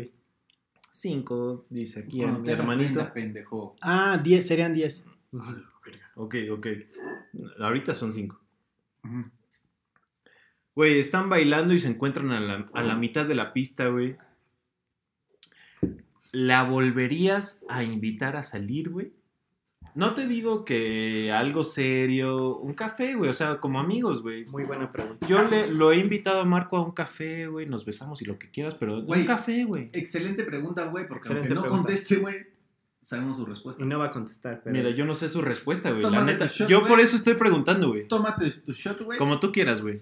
[SPEAKER 5] 5, dice aquí a mi hermanito.
[SPEAKER 9] pendejo.
[SPEAKER 4] Ah, 10, serían 10.
[SPEAKER 5] A la verga. Ok, ok. Ahorita son 5. Güey, están bailando y se encuentran a la, a la mitad de la pista, güey. ¿La volverías a invitar a salir, güey? No te digo que algo serio, un café, güey, o sea, como amigos, güey.
[SPEAKER 6] Muy buena pregunta.
[SPEAKER 5] Yo le, lo he invitado a Marco a un café, güey, nos besamos y lo que quieras, pero
[SPEAKER 9] Güey.
[SPEAKER 5] un café, güey.
[SPEAKER 9] Excelente pregunta, güey, porque
[SPEAKER 6] Excelente
[SPEAKER 9] aunque no
[SPEAKER 6] pregunta.
[SPEAKER 9] conteste, güey,
[SPEAKER 10] Sabemos su
[SPEAKER 5] Mm.
[SPEAKER 10] respuesta.
[SPEAKER 6] Y no va a contestar, pero.
[SPEAKER 5] Mira, yo no sé su respuesta, güey. La
[SPEAKER 10] Tómate
[SPEAKER 5] neta.
[SPEAKER 10] tu shot,
[SPEAKER 5] Yo
[SPEAKER 10] güey.
[SPEAKER 5] por eso estoy preguntando, güey.
[SPEAKER 10] Tómate tu shot, güey.
[SPEAKER 5] Como tú quieras, güey.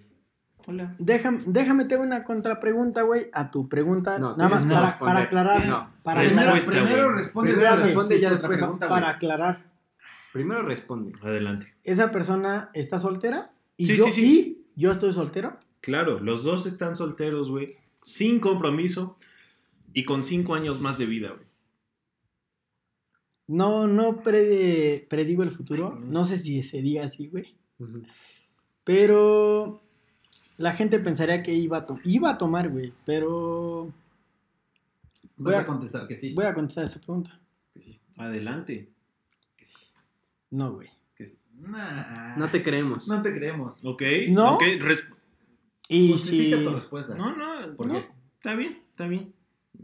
[SPEAKER 4] Déjam- Déjame, te hago una contrapregunta, güey, a tu pregunta.
[SPEAKER 6] No,
[SPEAKER 4] nada más
[SPEAKER 6] tienes que
[SPEAKER 4] para,
[SPEAKER 6] responder.
[SPEAKER 4] para aclarar.
[SPEAKER 10] Tienes-
[SPEAKER 4] Para
[SPEAKER 5] Respuesta,
[SPEAKER 10] Primero,
[SPEAKER 4] aclarar.
[SPEAKER 5] güey.
[SPEAKER 10] primero responde,
[SPEAKER 6] Primero
[SPEAKER 10] después
[SPEAKER 6] responde,
[SPEAKER 10] tu
[SPEAKER 6] ya
[SPEAKER 10] otra
[SPEAKER 6] después
[SPEAKER 10] pregunta,
[SPEAKER 4] para
[SPEAKER 10] güey.
[SPEAKER 4] aclarar.
[SPEAKER 6] Primero responde.
[SPEAKER 5] Adelante.
[SPEAKER 4] ¿Esa persona está soltera? ¿Y
[SPEAKER 5] Sí,
[SPEAKER 4] yo,
[SPEAKER 5] sí, sí.
[SPEAKER 4] y yo estoy soltero?
[SPEAKER 5] Claro, los dos están solteros, güey. Sin compromiso y con cinco años más de vida, güey.
[SPEAKER 4] No, no prede- predigo el futuro. No sé si se diga así, güey.
[SPEAKER 6] Ujú.
[SPEAKER 4] Pero la gente pensaría que iba a, to- iba a tomar, güey. Pero
[SPEAKER 10] Voy a contestar que sí.
[SPEAKER 4] voy a contestar esa pregunta.
[SPEAKER 10] Que sí.
[SPEAKER 5] Adelante.
[SPEAKER 10] Que sí.
[SPEAKER 4] No, güey.
[SPEAKER 10] Que sí. Nah.
[SPEAKER 6] Ah, No te creemos.
[SPEAKER 10] No te creemos.
[SPEAKER 5] Ok.
[SPEAKER 4] ¿No?
[SPEAKER 5] ok, resp-
[SPEAKER 4] Y si...
[SPEAKER 10] Justifica tu respuesta.
[SPEAKER 5] No, no.
[SPEAKER 10] ¿Por
[SPEAKER 5] no.
[SPEAKER 10] qué?
[SPEAKER 5] Está bien, está bien.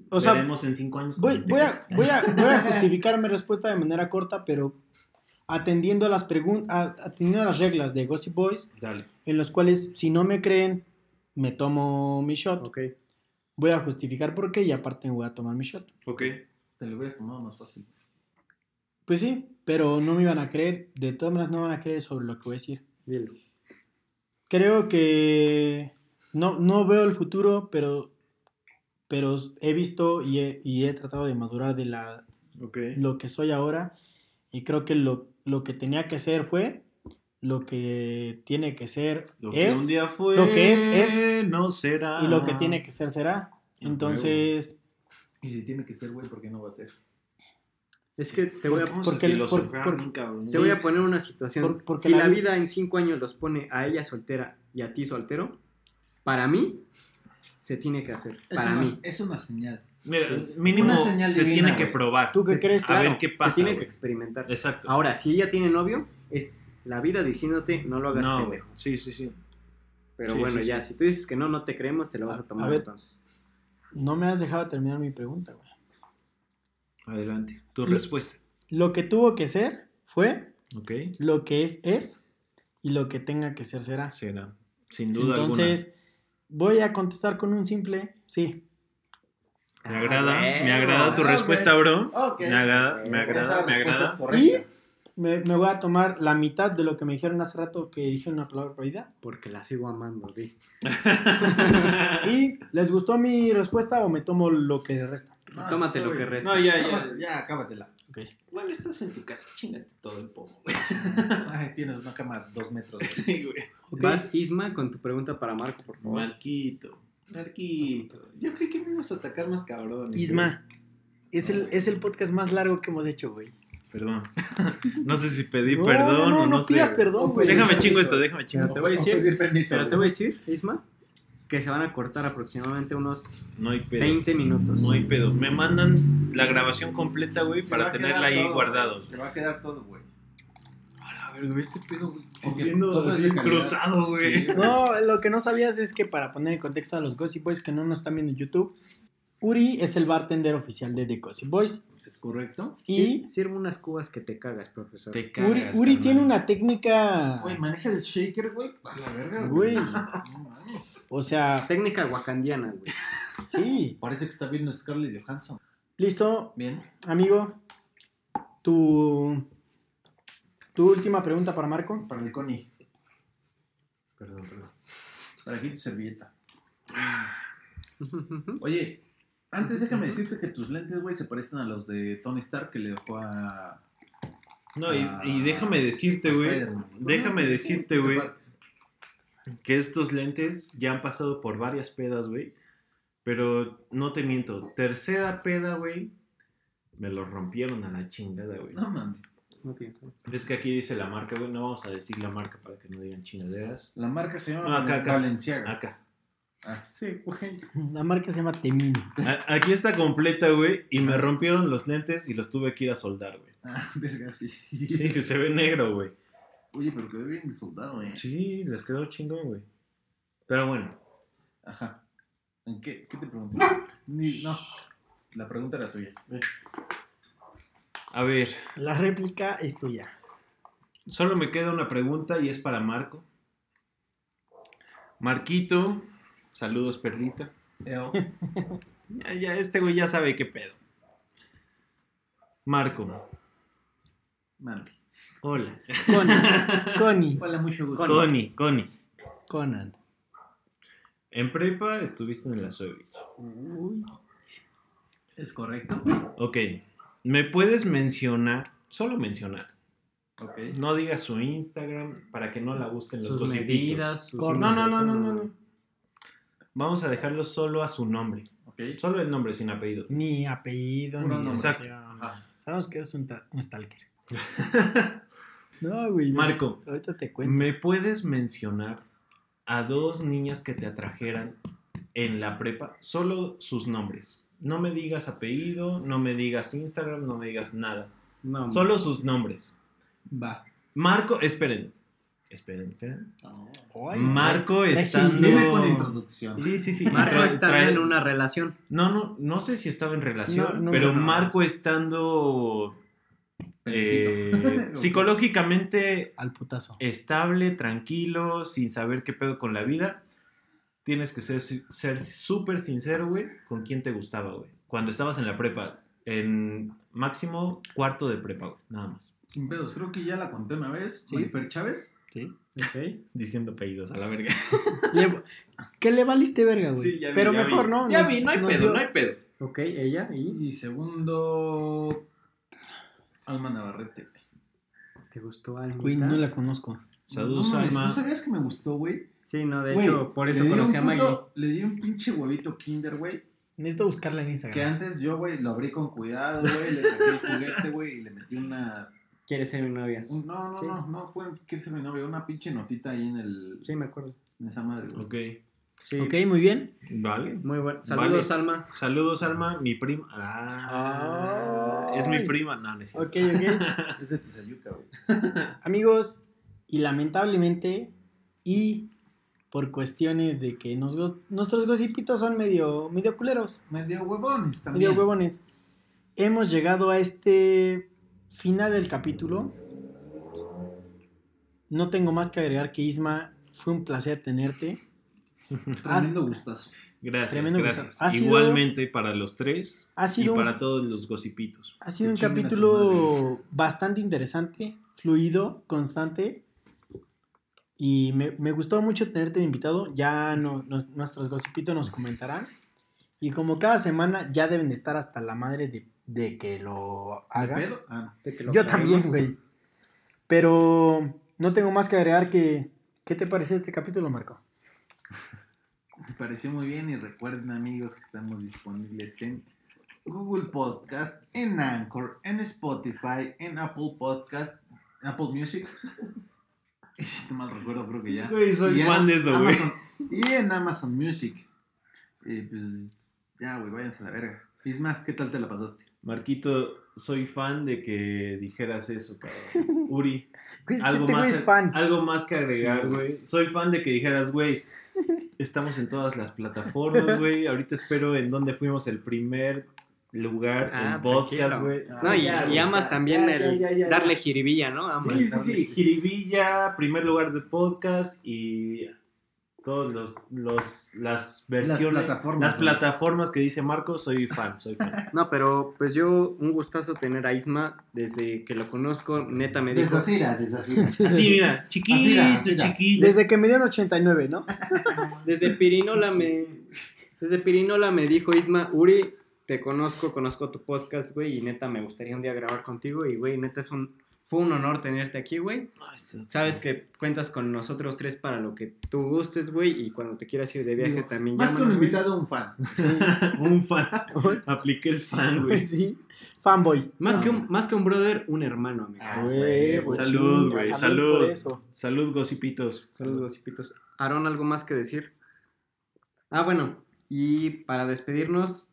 [SPEAKER 4] O sea,
[SPEAKER 5] Veremos en cinco años.
[SPEAKER 4] Voy,
[SPEAKER 5] cómo te
[SPEAKER 4] voy a,
[SPEAKER 5] ves.
[SPEAKER 4] voy, a, voy a justificar mi respuesta de manera corta, pero atendiendo a las preguntas, atendiendo a las reglas de Gossip Boys,
[SPEAKER 5] Dale.
[SPEAKER 4] en los cuales si no me creen, me tomo mi shot.
[SPEAKER 6] Ok.
[SPEAKER 4] Voy a justificar por qué y aparte me voy a tomar mi shot.
[SPEAKER 5] Ok.
[SPEAKER 10] Te lo hubieras tomado más fácil.
[SPEAKER 4] Pues sí, pero no me iban a creer, de todas maneras no me van a creer sobre lo que voy a decir.
[SPEAKER 6] Dilo.
[SPEAKER 4] Creo que no, no veo el futuro, pero, pero he visto y he- y he tratado de madurar de la,
[SPEAKER 5] Ok.
[SPEAKER 4] lo que soy ahora y creo que lo, lo que tenía que ser fue lo que tiene que ser
[SPEAKER 5] Lo que
[SPEAKER 4] es
[SPEAKER 5] un día fue.
[SPEAKER 4] lo que es, es,
[SPEAKER 5] No será.
[SPEAKER 4] y lo que tiene que ser será. Entonces,
[SPEAKER 10] Y si tiene que ser, güey, ¿por qué no va a ser?
[SPEAKER 6] Es que te voy a,
[SPEAKER 5] Vamos
[SPEAKER 4] porque-
[SPEAKER 5] a filosofar,
[SPEAKER 4] por- por-
[SPEAKER 5] cabrón.
[SPEAKER 6] te voy a poner una situación.
[SPEAKER 4] Por- porque
[SPEAKER 6] si
[SPEAKER 4] la
[SPEAKER 6] la,
[SPEAKER 4] vi-
[SPEAKER 6] vida en cinco años los pone a ella soltera y a ti soltero, para mí se tiene que hacer.
[SPEAKER 3] Es
[SPEAKER 6] Para
[SPEAKER 3] una-
[SPEAKER 6] mí.
[SPEAKER 3] es una señal.
[SPEAKER 5] Mira, mínimo
[SPEAKER 3] Una señal
[SPEAKER 5] se
[SPEAKER 3] divina,
[SPEAKER 5] tiene que
[SPEAKER 3] güey.
[SPEAKER 5] probar.
[SPEAKER 4] ¿tú qué
[SPEAKER 6] Se-
[SPEAKER 4] crees?
[SPEAKER 5] A ver qué pasa,
[SPEAKER 6] Se tiene
[SPEAKER 5] güey.
[SPEAKER 6] que experimentar.
[SPEAKER 5] Exacto.
[SPEAKER 6] Ahora, si ella tiene novio, es la vida diciéndote no lo hagas
[SPEAKER 5] no, güey.
[SPEAKER 6] pendejo.
[SPEAKER 5] Sí, sí, sí.
[SPEAKER 6] Pero
[SPEAKER 5] Sí,
[SPEAKER 6] bueno,
[SPEAKER 5] sí,
[SPEAKER 6] ya, si tú dices que no, no te creemos, te lo vas a tomar
[SPEAKER 4] a ver.
[SPEAKER 6] entonces.
[SPEAKER 4] No me has dejado terminar mi pregunta, güey.
[SPEAKER 5] Adelante. Tu
[SPEAKER 4] Lo-
[SPEAKER 5] respuesta.
[SPEAKER 4] Lo que tuvo que ser fue
[SPEAKER 5] Ok.
[SPEAKER 4] lo que es es y lo que tenga que ser será.
[SPEAKER 5] Será. Sin duda
[SPEAKER 4] Entonces, voy a contestar con un simple sí.
[SPEAKER 5] alguna. Me agrada,
[SPEAKER 6] Ah,
[SPEAKER 5] me agrada tu
[SPEAKER 3] Ah,
[SPEAKER 5] respuesta, bro.
[SPEAKER 3] Ok.
[SPEAKER 5] Me agrada, me
[SPEAKER 3] Esa
[SPEAKER 5] agrada,
[SPEAKER 3] respuesta
[SPEAKER 5] me agrada.
[SPEAKER 3] es correcta.
[SPEAKER 4] Me, me voy a tomar la mitad de lo que me dijeron hace rato que dije una palabra prohibida.
[SPEAKER 6] Porque la sigo amando, di.
[SPEAKER 4] ¿Y les gustó mi respuesta o me tomo lo que resta?
[SPEAKER 3] No,
[SPEAKER 6] Tómate lo
[SPEAKER 3] güey.
[SPEAKER 6] que resta.
[SPEAKER 5] No, ya, ya.
[SPEAKER 3] Cábate- Ya, cábatela.
[SPEAKER 5] Bueno, estás en tu casa, chingate todo el pomo.
[SPEAKER 3] Ay, tienes una cama a dos metros. güey.
[SPEAKER 6] Vas, Isma, con tu pregunta para Marco, por favor.
[SPEAKER 5] Marquito. Marquito. Yo creí que me ibas a atacar más cabrón.
[SPEAKER 4] Isma, es el, es el podcast más largo que hemos hecho, güey.
[SPEAKER 5] Perdón. No sé si pedí perdón o no, sé.
[SPEAKER 4] pidas
[SPEAKER 5] güey.
[SPEAKER 4] perdón, güey.
[SPEAKER 5] Déjame chingo esto, déjame chingo pues,
[SPEAKER 6] Pero
[SPEAKER 5] esto.
[SPEAKER 6] te voy a decir,
[SPEAKER 3] Pedir permiso.
[SPEAKER 6] pero te voy a decir, Isma, que se van a cortar aproximadamente unos
[SPEAKER 5] No hay pedo.
[SPEAKER 6] 20 minutos.
[SPEAKER 5] No hay pedo. Me mandan la grabación completa, güey,
[SPEAKER 3] Se va
[SPEAKER 5] para
[SPEAKER 3] a quedar
[SPEAKER 5] tenerla ahí
[SPEAKER 3] todo,
[SPEAKER 5] guardada.
[SPEAKER 3] güey. Se va a quedar todo, güey.
[SPEAKER 5] A ver, güey, este pedo, güey.
[SPEAKER 3] Porque
[SPEAKER 5] Siguiendo
[SPEAKER 3] todo es
[SPEAKER 5] así
[SPEAKER 3] de calidad.
[SPEAKER 5] cruzado, güey.
[SPEAKER 3] Sí,
[SPEAKER 4] No, lo que no sabías es que para poner en contexto a los Gossip Boys que no nos están viendo en YouTube, Uri es el bartender oficial de The Gossip Boys.
[SPEAKER 10] ¿Es correcto?
[SPEAKER 4] Y
[SPEAKER 6] Sirve unas cubas que te cagas, profesor.
[SPEAKER 5] Te cagas,
[SPEAKER 4] Uri, Uri
[SPEAKER 5] carnal.
[SPEAKER 4] tiene una técnica,
[SPEAKER 3] Güey, maneja el shaker, güey. A la verga,
[SPEAKER 4] güey.
[SPEAKER 3] No mames.
[SPEAKER 4] O sea,
[SPEAKER 6] Técnica wakandiana, güey.
[SPEAKER 4] sí.
[SPEAKER 3] Parece que está viendo Scarlett Johansson.
[SPEAKER 4] Listo,
[SPEAKER 3] Bien.
[SPEAKER 4] amigo. Tu, tu última pregunta para Marco.
[SPEAKER 3] Para el Connie. Perdón, perdón. Para aquí tu servilleta.
[SPEAKER 10] Oye, antes déjame decirte que tus lentes, güey, se parecen a los de Tony Stark que le dejó a.
[SPEAKER 5] No, y,
[SPEAKER 10] Ah,
[SPEAKER 5] y déjame decirte,
[SPEAKER 10] a
[SPEAKER 5] güey.
[SPEAKER 10] Spider-Man.
[SPEAKER 5] Déjame decirte, güey,
[SPEAKER 10] Aparte,
[SPEAKER 5] que estos lentes ya han pasado por varias pedas, güey. Pero no te miento, tercera peda, güey, me los rompieron a la chingada, güey.
[SPEAKER 10] No mames.
[SPEAKER 6] No tiene sentido.
[SPEAKER 5] Es que aquí dice la marca, güey, no vamos a decir la marca para que no digan chingaderas.
[SPEAKER 3] La marca se llama
[SPEAKER 5] No, acá, acá.
[SPEAKER 3] Valenciaga. Ah,
[SPEAKER 5] Acá.
[SPEAKER 3] Sí, güey.
[SPEAKER 4] La marca se llama Temino.
[SPEAKER 5] A- aquí está completa, güey, y me rompieron los lentes y los tuve que ir a soldar, güey.
[SPEAKER 3] Ah, verga, sí, sí.
[SPEAKER 5] Sí, que se ve negro, güey.
[SPEAKER 3] Oye, pero quedó bien el soldado, eh. güey.
[SPEAKER 5] Sí, les quedó chingón, güey. Pero bueno,
[SPEAKER 3] Ajá. ¿En qué, qué te pregunté? Ni- no. La pregunta era tuya.
[SPEAKER 5] a ver,
[SPEAKER 4] La réplica es tuya.
[SPEAKER 5] solo me queda una pregunta y es para Marco. Marquito, saludos, perlita.
[SPEAKER 3] Eo.
[SPEAKER 5] Ya, ya, este güey ya sabe qué pedo. Marco.
[SPEAKER 11] Mano.
[SPEAKER 5] Hola.
[SPEAKER 4] Conan. Connie.
[SPEAKER 11] Hola, mucho gusto.
[SPEAKER 5] Pues Connie, Connie.
[SPEAKER 4] Conan.
[SPEAKER 5] En prepa estuviste en la Suevich.
[SPEAKER 11] Es correcto.
[SPEAKER 5] Ok. ¿Me puedes mencionar? Solo mencionar.
[SPEAKER 11] Ok.
[SPEAKER 5] No digas su Instagram para que no la busquen los
[SPEAKER 6] Sus
[SPEAKER 5] gosipitos.
[SPEAKER 6] medidas, sus...
[SPEAKER 5] No, no, no, no, no, no. Vamos a dejarlo solo a su nombre.
[SPEAKER 11] Ok.
[SPEAKER 5] Solo el nombre sin apellido.
[SPEAKER 4] Ni apellido,
[SPEAKER 11] Puro
[SPEAKER 4] ni
[SPEAKER 11] nombre.
[SPEAKER 4] exacto.
[SPEAKER 11] Ah.
[SPEAKER 4] Sabemos que eres un, ta- un stalker. no, güey. yo-
[SPEAKER 5] Marco.
[SPEAKER 4] Ahorita te cuento.
[SPEAKER 5] ¿Me puedes mencionar a dos niñas que te atrajeran en la prepa? Solo sus nombres. No me digas apellido, no me digas Instagram, no me digas nada.
[SPEAKER 6] No,
[SPEAKER 5] Solo sus nombres.
[SPEAKER 11] Va.
[SPEAKER 5] Marco, esperen. Esperen, esperen.
[SPEAKER 4] Ay,
[SPEAKER 5] Marco
[SPEAKER 4] güey,
[SPEAKER 5] estando...
[SPEAKER 4] déjenme.
[SPEAKER 3] Viene con introducción.
[SPEAKER 5] Sí, sí, sí.
[SPEAKER 6] Marco
[SPEAKER 5] Tra-
[SPEAKER 6] está
[SPEAKER 5] trae-
[SPEAKER 6] en una relación.
[SPEAKER 5] No, no, no sé si estaba en relación,
[SPEAKER 4] No, no,
[SPEAKER 5] pero
[SPEAKER 4] no, no.
[SPEAKER 5] Marco estando eh,
[SPEAKER 3] Pendejito.
[SPEAKER 5] psicológicamente
[SPEAKER 4] Al putazo.
[SPEAKER 5] estable, tranquilo, sin saber qué pedo con la vida, tienes que ser ser súper sincero, güey, con quién te gustaba, güey. Cuando estabas en la prepa, en máximo cuarto de prepa, güey, nada más.
[SPEAKER 3] Sin pedos, creo que ya la conté una vez.
[SPEAKER 4] Sí.
[SPEAKER 3] Marifer Chávez.
[SPEAKER 5] Diciendo pedidos a la verga.
[SPEAKER 4] Le- que le valiste verga, güey.
[SPEAKER 5] Sí, ya vi,
[SPEAKER 4] Pero
[SPEAKER 5] ya
[SPEAKER 4] mejor,
[SPEAKER 5] vi.
[SPEAKER 4] ¿no?
[SPEAKER 5] Ya
[SPEAKER 4] Nos-
[SPEAKER 5] vi, no hay
[SPEAKER 4] nos
[SPEAKER 5] pedo,
[SPEAKER 4] dio-
[SPEAKER 5] no hay pedo.
[SPEAKER 6] Ok, ella y...
[SPEAKER 3] Y segundo. Alma Navarrete.
[SPEAKER 6] ¿Te gustó algo?
[SPEAKER 4] Güey, no la conozco.
[SPEAKER 5] Saludos,
[SPEAKER 3] no, mames,
[SPEAKER 5] Alma.
[SPEAKER 3] ¿No sabías que me gustó, güey?
[SPEAKER 6] Sí, no, de
[SPEAKER 3] Güey,
[SPEAKER 6] hecho, por
[SPEAKER 3] le
[SPEAKER 6] eso
[SPEAKER 3] di un
[SPEAKER 6] conocí a Maggie.
[SPEAKER 3] puto- Le di un pinche huevito Kinder, güey.
[SPEAKER 4] Necesito buscarla en
[SPEAKER 3] Que
[SPEAKER 4] Instagram.
[SPEAKER 3] antes yo, güey, lo abrí con cuidado, güey. Le saqué el juguete, güey. Y le metí una.
[SPEAKER 6] Quiere ser mi novia.
[SPEAKER 3] un- no, no,
[SPEAKER 6] Sí.
[SPEAKER 3] no, no fue. ¿Qué ser mi novio? Una pinche notita ahí en el.
[SPEAKER 6] Sí, me acuerdo.
[SPEAKER 3] En esa madre, güey.
[SPEAKER 5] Ok,
[SPEAKER 6] Sí,
[SPEAKER 4] Ok, muy bien.
[SPEAKER 5] vale.
[SPEAKER 6] muy bueno. Saludos,
[SPEAKER 5] Vale.
[SPEAKER 6] Alma.
[SPEAKER 5] Saludos, Alma, mi prima. Ah,
[SPEAKER 4] Ay.
[SPEAKER 5] es mi prima. No, no es cierto.
[SPEAKER 4] Ok, ok.
[SPEAKER 3] Es de Tizayuca, güey.
[SPEAKER 4] Amigos, y lamentablemente, y por cuestiones de que nos gos- nuestros gocipitos son medio, medio culeros,
[SPEAKER 3] Medio huevones también.
[SPEAKER 4] medio huevones, hemos llegado a este final del capítulo. No tengo más que agregar que Isma, fue un placer tenerte.
[SPEAKER 6] Ah.
[SPEAKER 3] Tremendo gustazo.
[SPEAKER 5] Gracias,
[SPEAKER 4] Tremendo
[SPEAKER 5] gracias.
[SPEAKER 4] gusto. Ha sido-
[SPEAKER 5] Igualmente para los tres
[SPEAKER 4] Ha
[SPEAKER 5] y
[SPEAKER 4] sido, un-
[SPEAKER 5] para todos los gocipitos.
[SPEAKER 4] ha sido un
[SPEAKER 3] que chinguen a su
[SPEAKER 4] capítulo bastante interesante, fluido, constante. Y me, me gustó mucho tenerte de invitado. Ya no- no- nuestros gossipitos nos comentarán. Y como cada semana ya deben de estar hasta la madre de, de que lo hagan.
[SPEAKER 3] ¿Pedo? Ah, no.
[SPEAKER 4] Yo también, güey. Pero no tengo más que agregar que... ¿Qué te pareció este capítulo, Marco?
[SPEAKER 3] Me pareció muy bien y recuerden amigos que estamos disponibles en Google Podcast, en Anchor, en Spotify, en Apple Podcast, Apple Music. Si no mal recuerdo, creo que ya.
[SPEAKER 5] Güey, soy
[SPEAKER 3] Y en
[SPEAKER 5] fan de eso, güey.
[SPEAKER 3] Amazon- Y en Amazon Music. Y pues ya, güey, váyanse a la verga. Isma, ¿qué tal te la pasaste?
[SPEAKER 5] Marquito, soy fan de que dijeras eso, cabrón. Uri,
[SPEAKER 4] Es que
[SPEAKER 5] algo,
[SPEAKER 4] este güey
[SPEAKER 5] más,
[SPEAKER 4] es fan.
[SPEAKER 5] algo más que agregar, güey. Soy fan de que dijeras, güey, estamos en todas las plataformas, güey. Ahorita espero en donde fuimos el primer lugar
[SPEAKER 6] Ah,
[SPEAKER 5] en
[SPEAKER 6] tranquilo. Ah,
[SPEAKER 5] podcast, güey.
[SPEAKER 6] No, y, y amas también
[SPEAKER 5] ya,
[SPEAKER 6] el
[SPEAKER 5] ya, ya, ya.
[SPEAKER 6] darle jiribilla, ¿no? Amas.
[SPEAKER 5] Sí, sí, sí. Jiribilla, primer lugar de podcast y todos los, los las versiones, las plataformas,
[SPEAKER 3] plataformas, ¿no?
[SPEAKER 5] que dice Marco, soy fan, soy fan.
[SPEAKER 6] No, pero pues yo, un gustazo tener a Isma. Desde que lo conozco, neta me dijo.
[SPEAKER 3] Desasira, desasira.
[SPEAKER 5] Así, mira, chiquito,
[SPEAKER 3] así era.
[SPEAKER 5] chiquito.
[SPEAKER 4] Desde que me dieron 89, ¿no?
[SPEAKER 6] Desde Pirinola me. Desde Pirinola me dijo Isma, Uri, te conozco, conozco tu podcast, güey, y neta me gustaría un día grabar contigo. Y güey, neta es un. Fue un honor tenerte aquí, güey. Sabes que cuentas con nosotros tres para lo que tú gustes, güey, y cuando te quieras ir de viaje
[SPEAKER 3] Digo,
[SPEAKER 6] también.
[SPEAKER 3] Más con
[SPEAKER 6] llámanos, güey.
[SPEAKER 3] invitado un fan.
[SPEAKER 5] Un fan. Apliqué el fan, güey.
[SPEAKER 4] sí. Fanboy.
[SPEAKER 6] Más, que un, más que un brother, un hermano, amigo.
[SPEAKER 4] Huevo,
[SPEAKER 5] Ah, salud,
[SPEAKER 4] chinga,
[SPEAKER 5] güey,
[SPEAKER 4] por
[SPEAKER 5] salud.
[SPEAKER 4] eso.
[SPEAKER 5] Salud, gocipitos.
[SPEAKER 6] Saludos, chipitos. Aarón, ¿algo más que decir? Ah, bueno, y para despedirnos,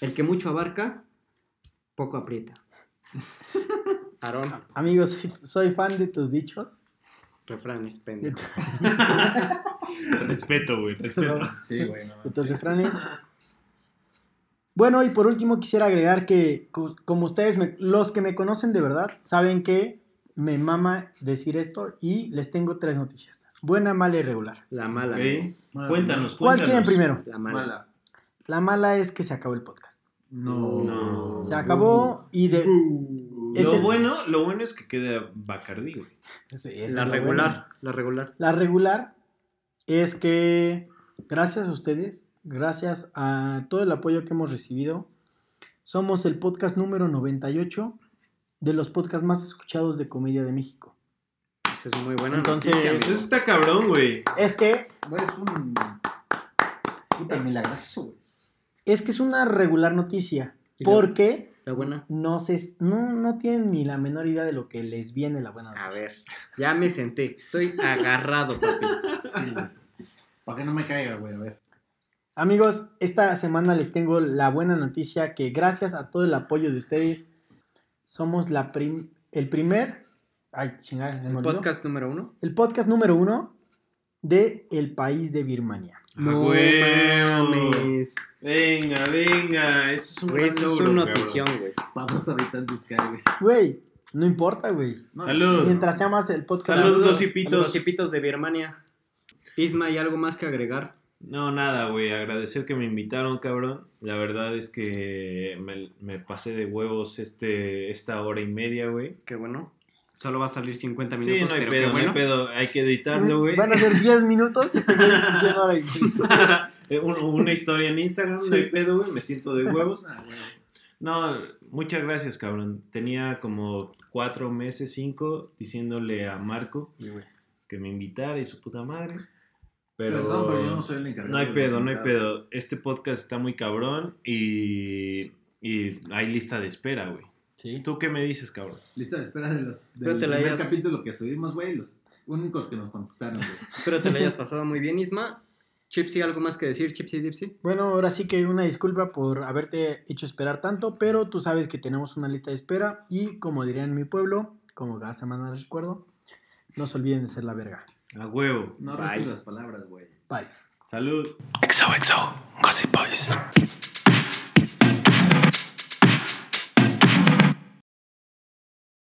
[SPEAKER 6] el que mucho abarca, poco aprieta. Aarón,
[SPEAKER 4] Amigos, soy, soy fan de tus dichos.
[SPEAKER 6] refranes, pendejo.
[SPEAKER 5] Respeto, güey, respeto.
[SPEAKER 4] de
[SPEAKER 3] Sí, güey, no.
[SPEAKER 4] tus refranes. Bueno, y por último quisiera agregar que, co- como ustedes, me- los que me conocen de verdad, saben que me mama decir esto y les tengo tres noticias. Buena, mala y regular.
[SPEAKER 6] La mala.
[SPEAKER 5] Ok.
[SPEAKER 6] amigo,
[SPEAKER 5] Cuéntanos,
[SPEAKER 4] ¿Cuál
[SPEAKER 5] cuéntanos.
[SPEAKER 4] quieren primero?
[SPEAKER 6] La mala.
[SPEAKER 3] Mala.
[SPEAKER 4] La mala es que se acabó el podcast.
[SPEAKER 3] No.
[SPEAKER 5] No. Uh.
[SPEAKER 4] Se acabó y de. Es
[SPEAKER 5] lo,
[SPEAKER 4] el-
[SPEAKER 5] bueno, lo bueno es que queda Bacardi, güey.
[SPEAKER 6] La regular, la regular.
[SPEAKER 4] La regular es que gracias a ustedes, gracias a todo el apoyo que hemos recibido, somos el podcast número 98 de los podcasts más escuchados de comedia de México.
[SPEAKER 6] Esa es muy buena
[SPEAKER 4] Entonces-
[SPEAKER 6] noticia, amigo.
[SPEAKER 5] Eso está cabrón, güey.
[SPEAKER 4] Es que
[SPEAKER 9] Es un.
[SPEAKER 5] Eh.
[SPEAKER 9] Puta milagroso, güey.
[SPEAKER 4] es que es una regular noticia
[SPEAKER 6] Y la-
[SPEAKER 4] porque
[SPEAKER 6] La buena.
[SPEAKER 4] no se no, no tienen ni la menor idea de lo que les viene la buena noticia.
[SPEAKER 6] A ver, ya me senté. Estoy agarrado, papi.
[SPEAKER 9] Sí, güey. Para que no me caiga, güey, a ver.
[SPEAKER 4] Amigos, esta semana les tengo la buena noticia que gracias a todo el apoyo de ustedes somos la prim- el primer ay, chingada, se me
[SPEAKER 6] El
[SPEAKER 4] olvidó.
[SPEAKER 6] podcast número uno.
[SPEAKER 4] el podcast número uno de el país de Birmania.
[SPEAKER 5] ¡A huevo! Pues
[SPEAKER 6] mames.
[SPEAKER 5] Venga, venga. Eso es un
[SPEAKER 6] Güey,
[SPEAKER 5] gran
[SPEAKER 6] eso es
[SPEAKER 5] logro,
[SPEAKER 6] una
[SPEAKER 5] cabrón.
[SPEAKER 6] notición, güey.
[SPEAKER 9] Para dos habitantes caigas.
[SPEAKER 4] Güey, no importa, güey.
[SPEAKER 9] No,
[SPEAKER 5] Salud.
[SPEAKER 4] Mientras sea más el podcast.
[SPEAKER 5] Salud,
[SPEAKER 6] Saludos,
[SPEAKER 5] gocipitos.
[SPEAKER 6] Los gocipitos de Birmania. Isma, ¿hay algo más que agregar?
[SPEAKER 5] No, nada, güey. Agradecer que me invitaron, cabrón. La verdad es que me, me pasé de huevos este, esta hora y media, güey.
[SPEAKER 6] Qué bueno. Solo va a salir 50
[SPEAKER 5] Sí,
[SPEAKER 6] minutos,
[SPEAKER 5] no hay
[SPEAKER 6] pues,
[SPEAKER 5] pedo,
[SPEAKER 6] pero qué
[SPEAKER 5] no
[SPEAKER 6] bueno.
[SPEAKER 5] hay pedo. Hay que editarlo, güey.
[SPEAKER 4] Van a ser 10 minutos y te voy diciendo ahora.
[SPEAKER 5] Eh, un- una historia en Instagram, no hay pedo, güey. Me siento de huevos.
[SPEAKER 9] Ah,
[SPEAKER 5] No, muchas gracias, cabrón. Tenía como cuatro meses, cinco, diciéndole a Marco que me invitara y su puta madre. Pero...
[SPEAKER 9] Perdón, pero yo no soy el encargado.
[SPEAKER 5] No hay
[SPEAKER 9] de los
[SPEAKER 5] pedo, no hay
[SPEAKER 9] invitados.
[SPEAKER 5] pedo. Este podcast está muy cabrón y, y hay lista de espera, güey.
[SPEAKER 4] Sí.
[SPEAKER 5] ¿Tú qué me dices, cabrón?
[SPEAKER 9] Lista de espera de los,
[SPEAKER 6] Pero
[SPEAKER 9] del
[SPEAKER 6] te la
[SPEAKER 9] primer
[SPEAKER 6] hayas-
[SPEAKER 9] capítulo que subimos, güey. Los únicos que nos contestaron, güey.
[SPEAKER 6] Espero te lo hayas pasado muy bien, Isma. Chipsy, ¿algo más que decir, Chipsy Dipsy?
[SPEAKER 4] Bueno, ahora sí que una disculpa por haberte hecho esperar tanto, pero tú sabes que tenemos una lista de espera y como diría en mi pueblo, como cada semana les recuerdo, no se olviden de ser la verga.
[SPEAKER 5] A huevo.
[SPEAKER 9] No restes las palabras, güey.
[SPEAKER 4] Bye.
[SPEAKER 5] Salud.
[SPEAKER 7] XOXO, Gossip Boys.